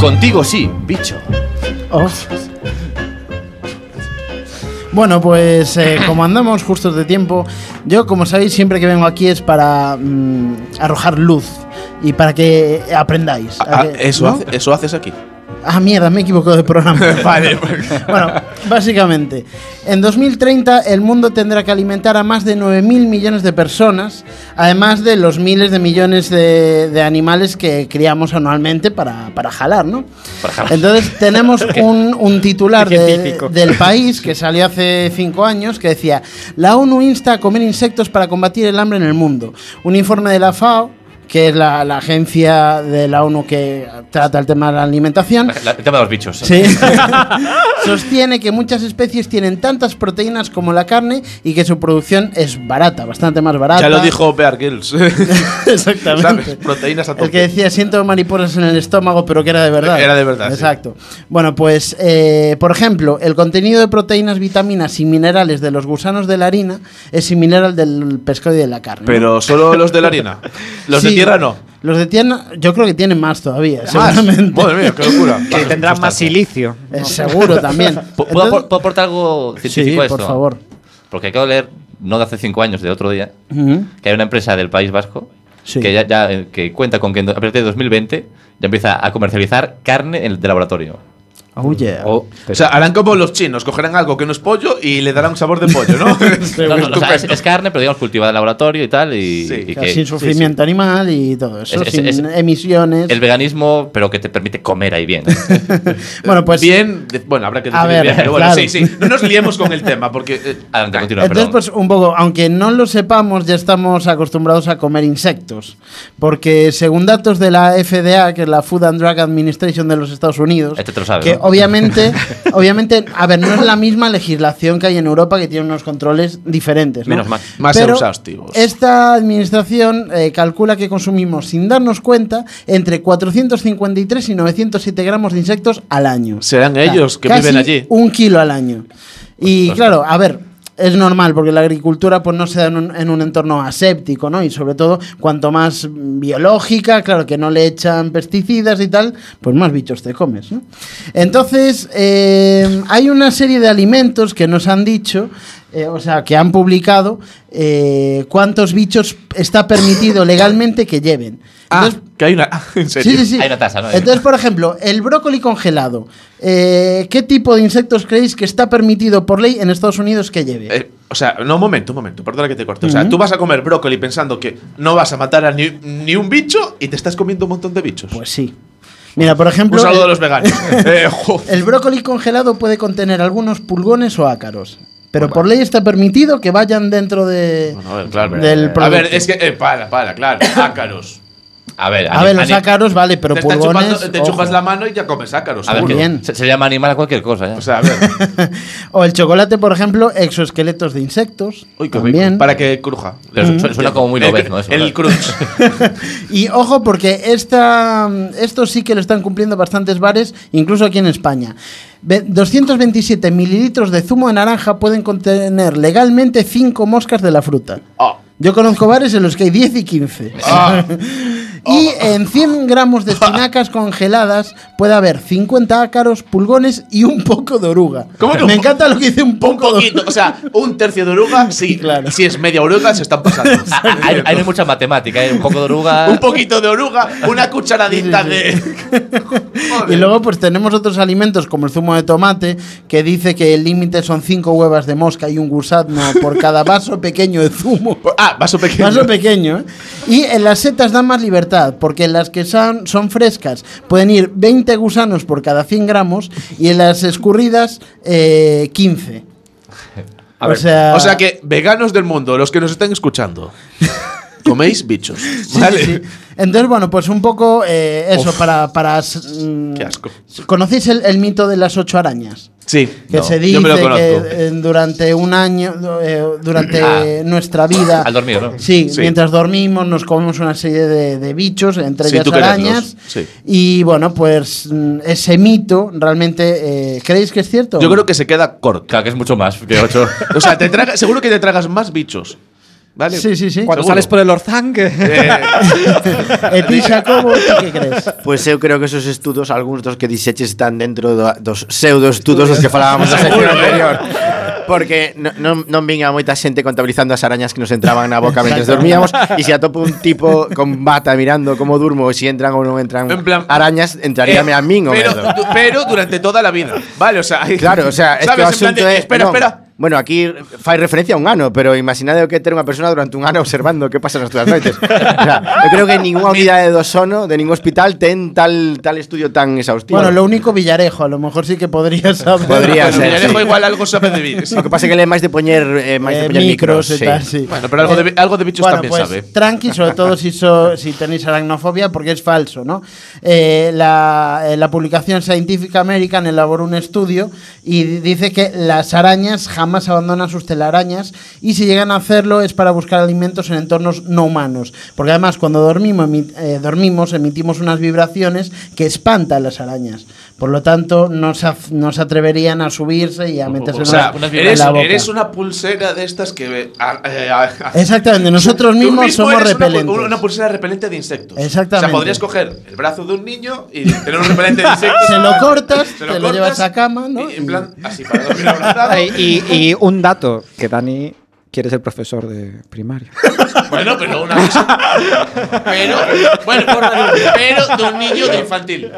Contigo sí, bicho. Bueno, pues eh, como andamos justos de tiempo, yo como sabéis siempre que vengo aquí es para mm, arrojar luz y para que aprendáis. a Ah, que- eso, ¿no? hace- eso haces aquí. Ah, mierda, me he equivocado de programa. Vale, bueno, básicamente, en 2030 el mundo tendrá que alimentar a más de 9.000 millones de personas, además de los miles de millones de, de animales que criamos anualmente para, para jalar, ¿no? Entonces tenemos un, un titular Qué de- científico. del país que salió hace cinco años que decía, la ONU insta a comer insectos para combatir el hambre en el mundo. Un informe de la FAO que es la, la agencia de la ONU que trata el tema de la alimentación, La- el tema de los bichos. Sí. sostiene que muchas especies tienen tantas proteínas como la carne y que su producción es barata, bastante más barata. Ya lo dijo Bear Grylls. Exactamente. ¿Sabes? Proteínas a El que tope. decía siento mariposas en el estómago, pero que era de verdad. Era de verdad, sí. Exacto. Bueno, pues, eh, por ejemplo, el contenido de proteínas, vitaminas y minerales de los gusanos de la harina es similar al del pescado y de la carne. Pero solo los de la harina. Los de Sí. tierra no. Los de tierra, yo creo que tienen más todavía, Más. seguramente. Madre mía, qué locura. Que tendrán más silicio. Eh, seguro también. ¿Puedo, Entonces- apor- puedo aportar algo científico Sí, a esto? por favor. Porque acabo de leer, no de hace cinco años, de otro día, Ujú. que hay una empresa del País Vasco que ya, ya, eh, que cuenta con que en do- a partir de 2020 ya empieza a comercializar carne en- de laboratorio. Oh, yeah. O, O sea, harán como los chinos, cogerán algo que no es pollo y le darán un sabor de pollo, ¿no? No, no, no, o sea, es, es carne, pero digamos cultivada en laboratorio y tal. Y, y O sea, que- sin sufrimiento animal y todo eso, Es- es- sin es- emisiones. El veganismo, pero que te permite comer ahí bien. bueno, pues. Bien, de- bueno, habrá que A definir ver, bien, pero bueno, claro. sí, sí. No nos liemos con el tema, porque. eh, Adelante, continúa, Entonces, pues un poco, aunque no lo sepamos, ya estamos acostumbrados a comer insectos. Porque según datos de la FDA, que es la Food and Drug Administration de los Estados Unidos, Este te lo sabes. que ¿no? obviamente, obviamente, a ver, no es la misma legislación que hay en Europa que tiene unos controles diferentes. ¿no? Menos mal. Más Pero exhaustivos. Esta administración eh, calcula que consumimos, sin darnos cuenta, entre 453 y 907 gramos de insectos al año. Serán ellos que casi viven allí. Un kilo al año. Y claro, a ver. Es normal, porque la agricultura pues, no se da en un, en un entorno aséptico, ¿no? Y sobre todo, cuanto más biológica, claro, que no le echan pesticidas y tal, pues más bichos te comes, ¿no? Entonces, eh, hay una serie de alimentos que nos han dicho, eh, o sea, que han publicado eh, cuántos bichos está permitido legalmente que lleven. Ah, que hay una. En serio. Sí, sí, sí. Entonces, por ejemplo, el brócoli congelado. Eh, ¿Qué tipo de insectos creéis que está permitido por ley en Estados Unidos que lleve? Eh, o sea, no, un momento, un momento, perdona que te corte. O sea, Ujú. tú vas a comer brócoli pensando que no vas a matar a ni, ni un bicho y te estás comiendo un montón de bichos. Pues sí. Mira, por ejemplo. Un saludo a el- los veganos. Eh, jo. El brócoli congelado puede contener algunos pulgones o ácaros. Pero por ley está permitido que vayan dentro de. No, a ver, claro. Del a ver, producto. es que. eh, para, para, claro. Ácaros. A ver, A ver, los ácaros, vale, pero te estás pulgones. chupando- te ojo. chupas la mano y ya comes ácaros. A ver, seguro. que se, se llama animal a cualquier cosa. ¿eh? Pues, Ya. O sea, a ver. O el chocolate, por ejemplo, exoesqueletos de insectos. Uy, qué rico. también. Mm. Para que cruja. Pero su- suena como muy El- lobezno eso, El ¿verdad? crunch. Y ojo, porque esta, esto sí que lo están cumpliendo bastantes bares, incluso aquí en España. Ve- 227 mililitros de zumo de naranja pueden contener legalmente 5 moscas de la fruta. Ah. Yo conozco bares en los que hay 10 y 15. y Ah. en 100 gramos de espinacas congeladas puede haber 50 ácaros, pulgones y un poco de oruga. Me encanta lo que dice un Un poco de poquito, o sea, un tercio de oruga, sí. Claro. Si es media oruga, se están pasando. Ah, Ahí ahí no hay mucha matemática, ¿eh? hay un poco de oruga. un poquito de oruga, una cucharadita de. Y luego pues tenemos otros alimentos como el zumo de tomate que dice que el límite son cinco huevas de mosca y un gusano por cada vaso pequeño de zumo. Ah, vaso pequeño. Vaso pequeño. ¿eh? Y en las setas dan más libertad porque en las que son, son frescas pueden ir 20 gusanos por cada 100 gramos y en las escurridas eh, 15. A O ver, sea- o sea que, veganos del mundo, los que nos están escuchando, coméis bichos. Sí, ¿Vale? sí, sí. Entonces, bueno, pues un poco eh, eso Uf. para... para mm, Qué asco. ¿Conocéis el- el mito de las ocho arañas? Sí. que no, se dice yo me lo que conozco. eh, durante un año, eh, durante Ah. nuestra vida, Al dormir, ¿no? Sí, Sí. mientras dormimos nos comemos una serie de, de bichos, entre ellas quererlos, arañas. sí. Y bueno, pues mm, ese mito realmente, eh, ¿creéis que es cierto? Yo creo que se queda corto. Claro, que es mucho más que ocho. O sea, te traga- seguro que te tragas más bichos. ¿Vale? Sí, sí, sí. Cuando sales Eh, por el Orzán, que- Eti, Jacobo, ¿tú ¿qué crees? Pois eu creo que esos estudos, ¿eh? algúns dos que dixeches están dentro do, dos pseudoestudos dos que falábamos na sección anterior. porque non, non, non vinha moita xente contabilizando as arañas que nos entraban na boca mentre dormíamos e se atopo un tipo con bata mirando como durmo e se entran ou non entran en plan, arañas, entraríame a min o pero, medo. du- pero durante toda la vida. Vale, o sea. Claro, o sea, es que o ¿sabes? En plan asunto de, é- Espera, non, espera. Bueno, aquí fai referencia a un ano, pero imaginade o que é ter unha persona durante un ano observando que pasa nas túas noites. O sea, eu creo que ninguna unidade de ozono de ningún hospital ten tal tal estudio tan exhaustivo. Bueno, lo único Villarejo, a lo mejor sí que podría saber. Podría Bueno, ser. ya sí. dejo igual algo sabe de virus. Lo que pasa es que le más de poner eh, más de Eh, poner micros, micros y tal, sí. Bueno, pero algo de, algo de bichos Bueno, también pues, sabe. Tranqui, sobre todo si, so- si tenéis aracnofobia, porque es falso, ¿no? Eh, la, eh, la publicación Scientific American elaboró un estudio y di- dice que las arañas jamás abandonan sus telarañas y si llegan a hacerlo es para buscar alimentos en entornos no humanos. Porque además, cuando dormimos, emi- eh, dormimos emitimos unas vibraciones que espantan las arañas. Por lo tanto, no se, af- no se atreverían a subirse y a meterse O en sea, la- en eres, la boca. eres una pulsera de estas que. ah, eh, ah, Exactamente, nosotros Tú mismos mismo somos eres una pu- repelentes. Una, pulsera repelente de insectos. Exactamente. O sea, podrías coger el brazo de un niño y tener un repelente de insectos. Se lo cortas, Se te lo llevas a cama, ¿no? En plan, así para dormir abrazado. y, y un dato, que Dani quiere ser profesor de primaria. Bueno, pero una cosa. Pero, bueno, pero de un niño de infantil.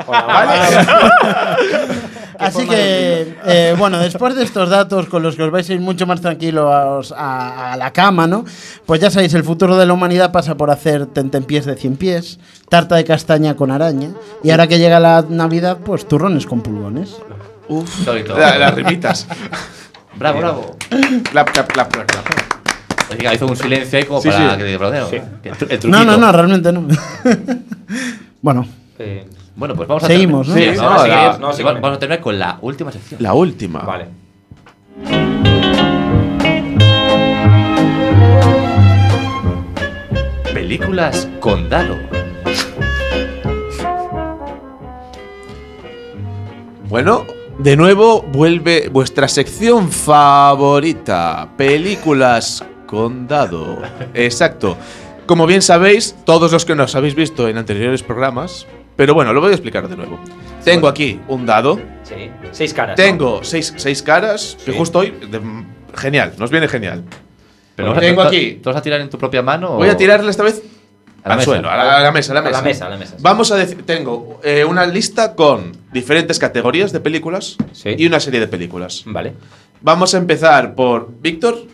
¿Vale? Así que, eh, bueno, después de estos datos con los que os vais a ir mucho más tranquilos a, a la cama, ¿no? Pues ya sabéis, el futuro de la humanidad pasa por hacer tentempiés de 100 pies, tarta de castaña con araña, y ahora que llega la Navidad, pues turrones con pulgones. Uf, Todo y todo. la- las rimitas. Bravo, bravo. Clap, clap, clap, clap. clap. Oiga, hizo un silencio ahí como Sí, para sí. que te aplaudieran. Sí. Que el tru- el No, truquito. no, no, realmente no. bueno, Eh, bueno, pues vamos a Seguimos, terminar. ¿no? Sí, Sí, vamos, a no, seguir. la- no, Y va- vamos a terminar con la última sección. La última. Vale. Películas con Dalo. Bueno, de nuevo vuelve vuestra sección favorita, películas con dado. Exacto. Como bien sabéis, todos los que nos habéis visto en anteriores programas, pero bueno, lo voy a explicar de nuevo. Tengo aquí un dado. Sí. Seis caras. Tengo seis, seis caras, que justo hoy... de- genial, nos viene genial. Pero vas a- tengo to- aquí... ¿Te vas a tirar en tu propia mano? Voy o- Oh. a tirarle esta vez A la al mesa. suelo, a la, a la mesa, a la A la mesa. mesa, a la mesa, sí. Vamos a decir, tengo eh, una lista con diferentes categorías de películas y una serie de películas. Vale. Vamos a empezar por Víctor.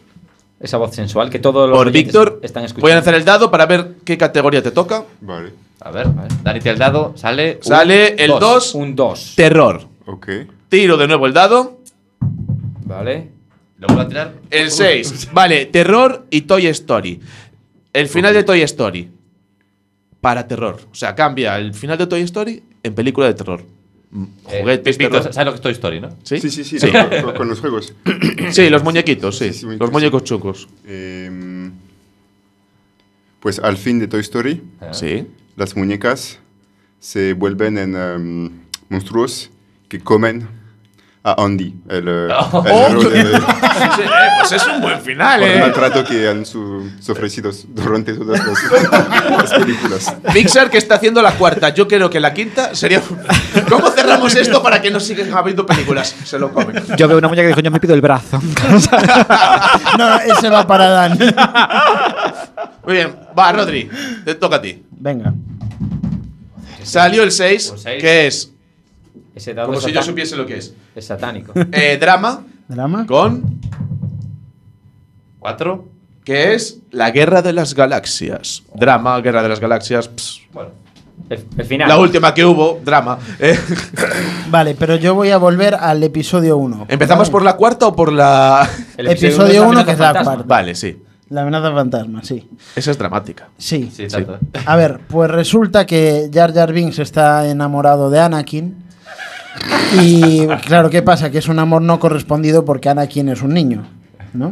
Esa voz sensual que todos los Por oyentes Víctor, están escuchando. voy a lanzar el dado para ver qué categoría te toca. Vale. A ver, a ver. Dani tira el dado, sale. un Sale el dos. 2. Un 2. Terror. Ok. Tiro de nuevo el dado. Vale. Lo vuelvo a tirar. El 6. Vale, terror y Toy Story. El final de Toy Story. Para terror. O sea, cambia el final de Toy Story en película de terror. Mm, Eh, Juguetes, Víctor, terror. ¿Sabes lo que es Toy Story, no? ¿Sí? Sí, sí, sí, Con, con- con los juegos. Sí, los muñequitos, Sí, sí. sí, los muñequitos, muñecos chucos. Eh, pues al fin de Toy Story, Sí. las muñecas se vuelven en em, monstruos que comen a Andy, el, eh, Oh, el héroe de- pues es un buen final, por el eh. maltrato que han su- sufrido durante todas las, las películas. Pixar que está haciendo la cuarta. Yo creo que la quinta sería. ¿Cómo cerramos esto para que no sigan habiendo películas? Se lo comen. Yo veo una muñeca que dijo, yo me pido el brazo. no, ese va para Dan. Muy bien, va, Rodri, te toca a ti. Venga. Salió el 6, que es. Ese dado Como es si yo satan- supiese lo que es. Es satánico. Eh, drama ¿Drama? con. ¿Cuatro? Que es la guerra de las galaxias. Drama, guerra de las galaxias. ps. El, el final. La última que hubo, drama. Eh, Vale, pero yo voy a volver al episodio 1. ¿Empezamos por la cuarta o por la.? El episodio uno es la uno, que es la amenaza cuarta. Vale, sí. La amenaza fantasma, sí. Esa es dramática. Sí. Sí, tanto. A ver, pues resulta que Jar Jar Binks está enamorado de Anakin. Y claro, ¿qué pasa? Que es un amor no correspondido porque Anakin es un niño.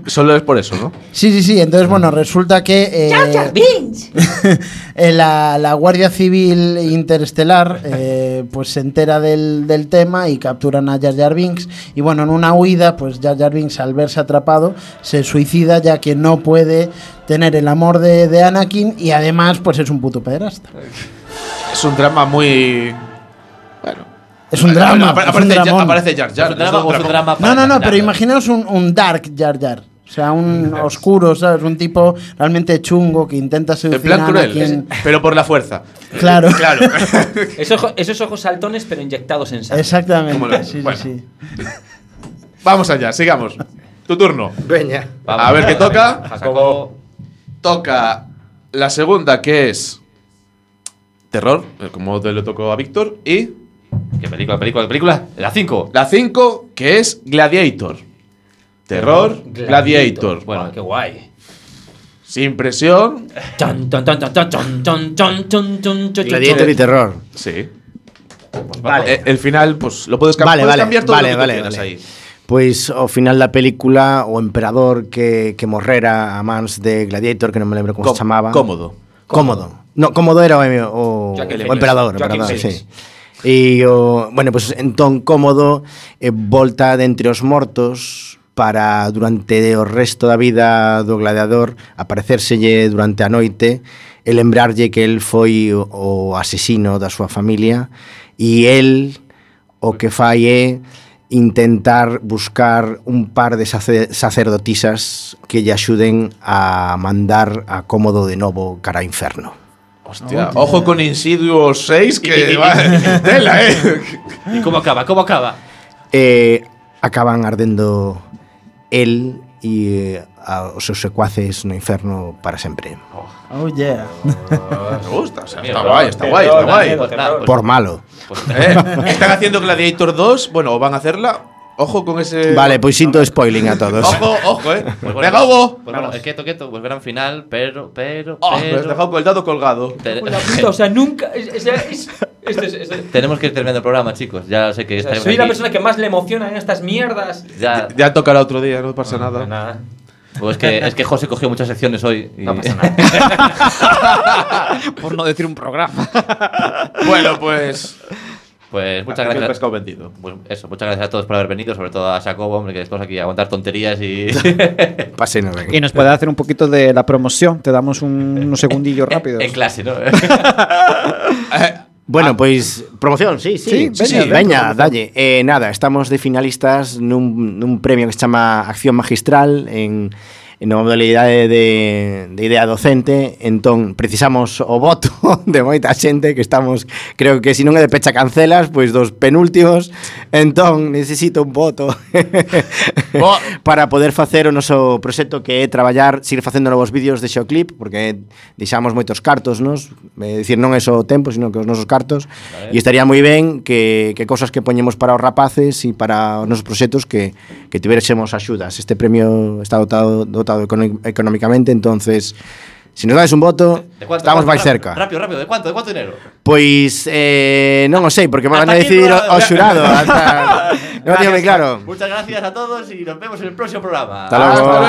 Solo es por eso, ¿no? Sí, sí, sí. Entonces, bueno, resulta que. eh, eh, la, la Guardia Civil Interestelar eh, pues se entera del, del tema y capturan a Jar Jar Binks. Y bueno, en una huida, pues Jar Jar Binks, al verse atrapado, se suicida ya que no puede tener el amor de, de Anakin y además, pues es un puto pederasta. Es un drama muy. Bueno. Es un drama. Bueno, apare- es un aparece, dramón. Jar- aparece Jar Jar. drama es un drama. No, no, no, pero imaginaos un, un dark Jar Jar. O sea, un oscuro, ¿sabes? Un tipo realmente chungo que intenta En seducir plan a cruel, Anakin. es- pero por la fuerza. Claro. Claro. Esos, ojo- esos ojos saltones, pero inyectados en sangre. Exactamente. Como lo- sí, sí, bueno. sí. Vamos allá, sigamos. Tu turno. Venga. A ver qué toca. Toca la segunda, que es terror, eh, como te lo tocó a Víctor, y... ¿Qué película, película, película? La 5. La 5, que es Gladiator. Terror, Gladiator. Bueno, qué guay. Sin presión. Gladiator y terror. Sí. Vale. El final, pues lo puedes, cam- Vale, puedes vale, cambiar todo vale, lo que tú vale, quieras vale. ahí. Pois ao final da película o emperador que, que morrera a mans de Gladiator, que non me lembro como Com- se chamaba. Cómodo. Cómodo. No, cómodo era o, o, Joaquín o Phoenix. emperador, Joaquín emperador, Phoenix. sí. E o, bueno, pois pues, entón cómodo eh, volta de entre os mortos para durante o resto da vida do gladiador aparecérselle durante a noite e lembrarlle que el foi o, o asesino da súa familia e el o que fai é intentar buscar un par de sace- sacerdotisas que lle axuden a mandar a cómodo de novo cara a inferno. Hostia, ojo con Insidious 6, que va. Tela, eh. ¿Y cómo acaba? ¿Cómo acaba? Eh, acaban ardendo el e eh, a- os seus secuaces no inferno para sempre. Oh, yeah. Me gusta, o sea, está guay, está guay, está Terror, guay. terror, terror. Por malo. Eh, Están haciendo Gladiator 2, bueno, o van a hacerla. Ojo con Eh, ese. Vale, pois sinto spoiling a todos. Ojo, ojo, eh. Pues bueno, Venga, Hugo. Pues bueno, eh, quieto, quieto, pues gran final, pero, pero, Ah, Oh, me pero. has dejado con el dado colgado. Te- La puta, o sea, nunca. o sea, es- esto es- esto es- Tenemos que ir terminando el programa, chicos. Ya sé que o sea, estaremos soy la aquí. persona que más le emociona en estas mierdas. Ya, ya tocará otro día, no pasa nada. Nada. Pues es que, es que José cogió muchas secciones hoy. No pasa nada. Por no decir un programa. Bueno, pues. Pues muchas Aquí el gracias. pescado vendido. Pues eso, muchas gracias a todos por haber venido, sobre todo a Jacobo, hombre, que estamos aquí a aguantar tonterías y. Pase no Y nos puede hacer un poquito de la promoción. Te damos un- unos segundillos rápidos. En clase, ¿no? Bueno, pois promoción, sí, sí. Ah. Sí, veña, veña, veña, dalle. Eh, nada, estamos de finalistas nun, nun premio que se chama Acción Magistral en na modalidade de, de idea docente entón precisamos o voto de moita xente que estamos creo que se non é de pecha cancelas pois dos penúltimos entón necesito un voto para poder facer o noso proxecto que é traballar seguir facendo novos vídeos de Xoclip porque deixamos moitos cartos nos é dicir non é só o tempo sino que os nosos cartos Vale. e estaría moi ben que, que cosas que poñemos para os rapaces e para os nosos proxectos que, que tiverésemos axudas este premio está dotado, dotado econo- económicamente entonces se nos dades un voto ¿De cuánto? estamos ¿Cuánto? máis Ráp- cerca Rápido, rápido, ¿de cuánto? ¿De cuánto dinero? Pois eh, non o sei, porque van a decidir o, o xurado hasta, Non o teño moi claro Muchas gracias a todos y nos vemos en el próximo programa. Hasta logo. Hasta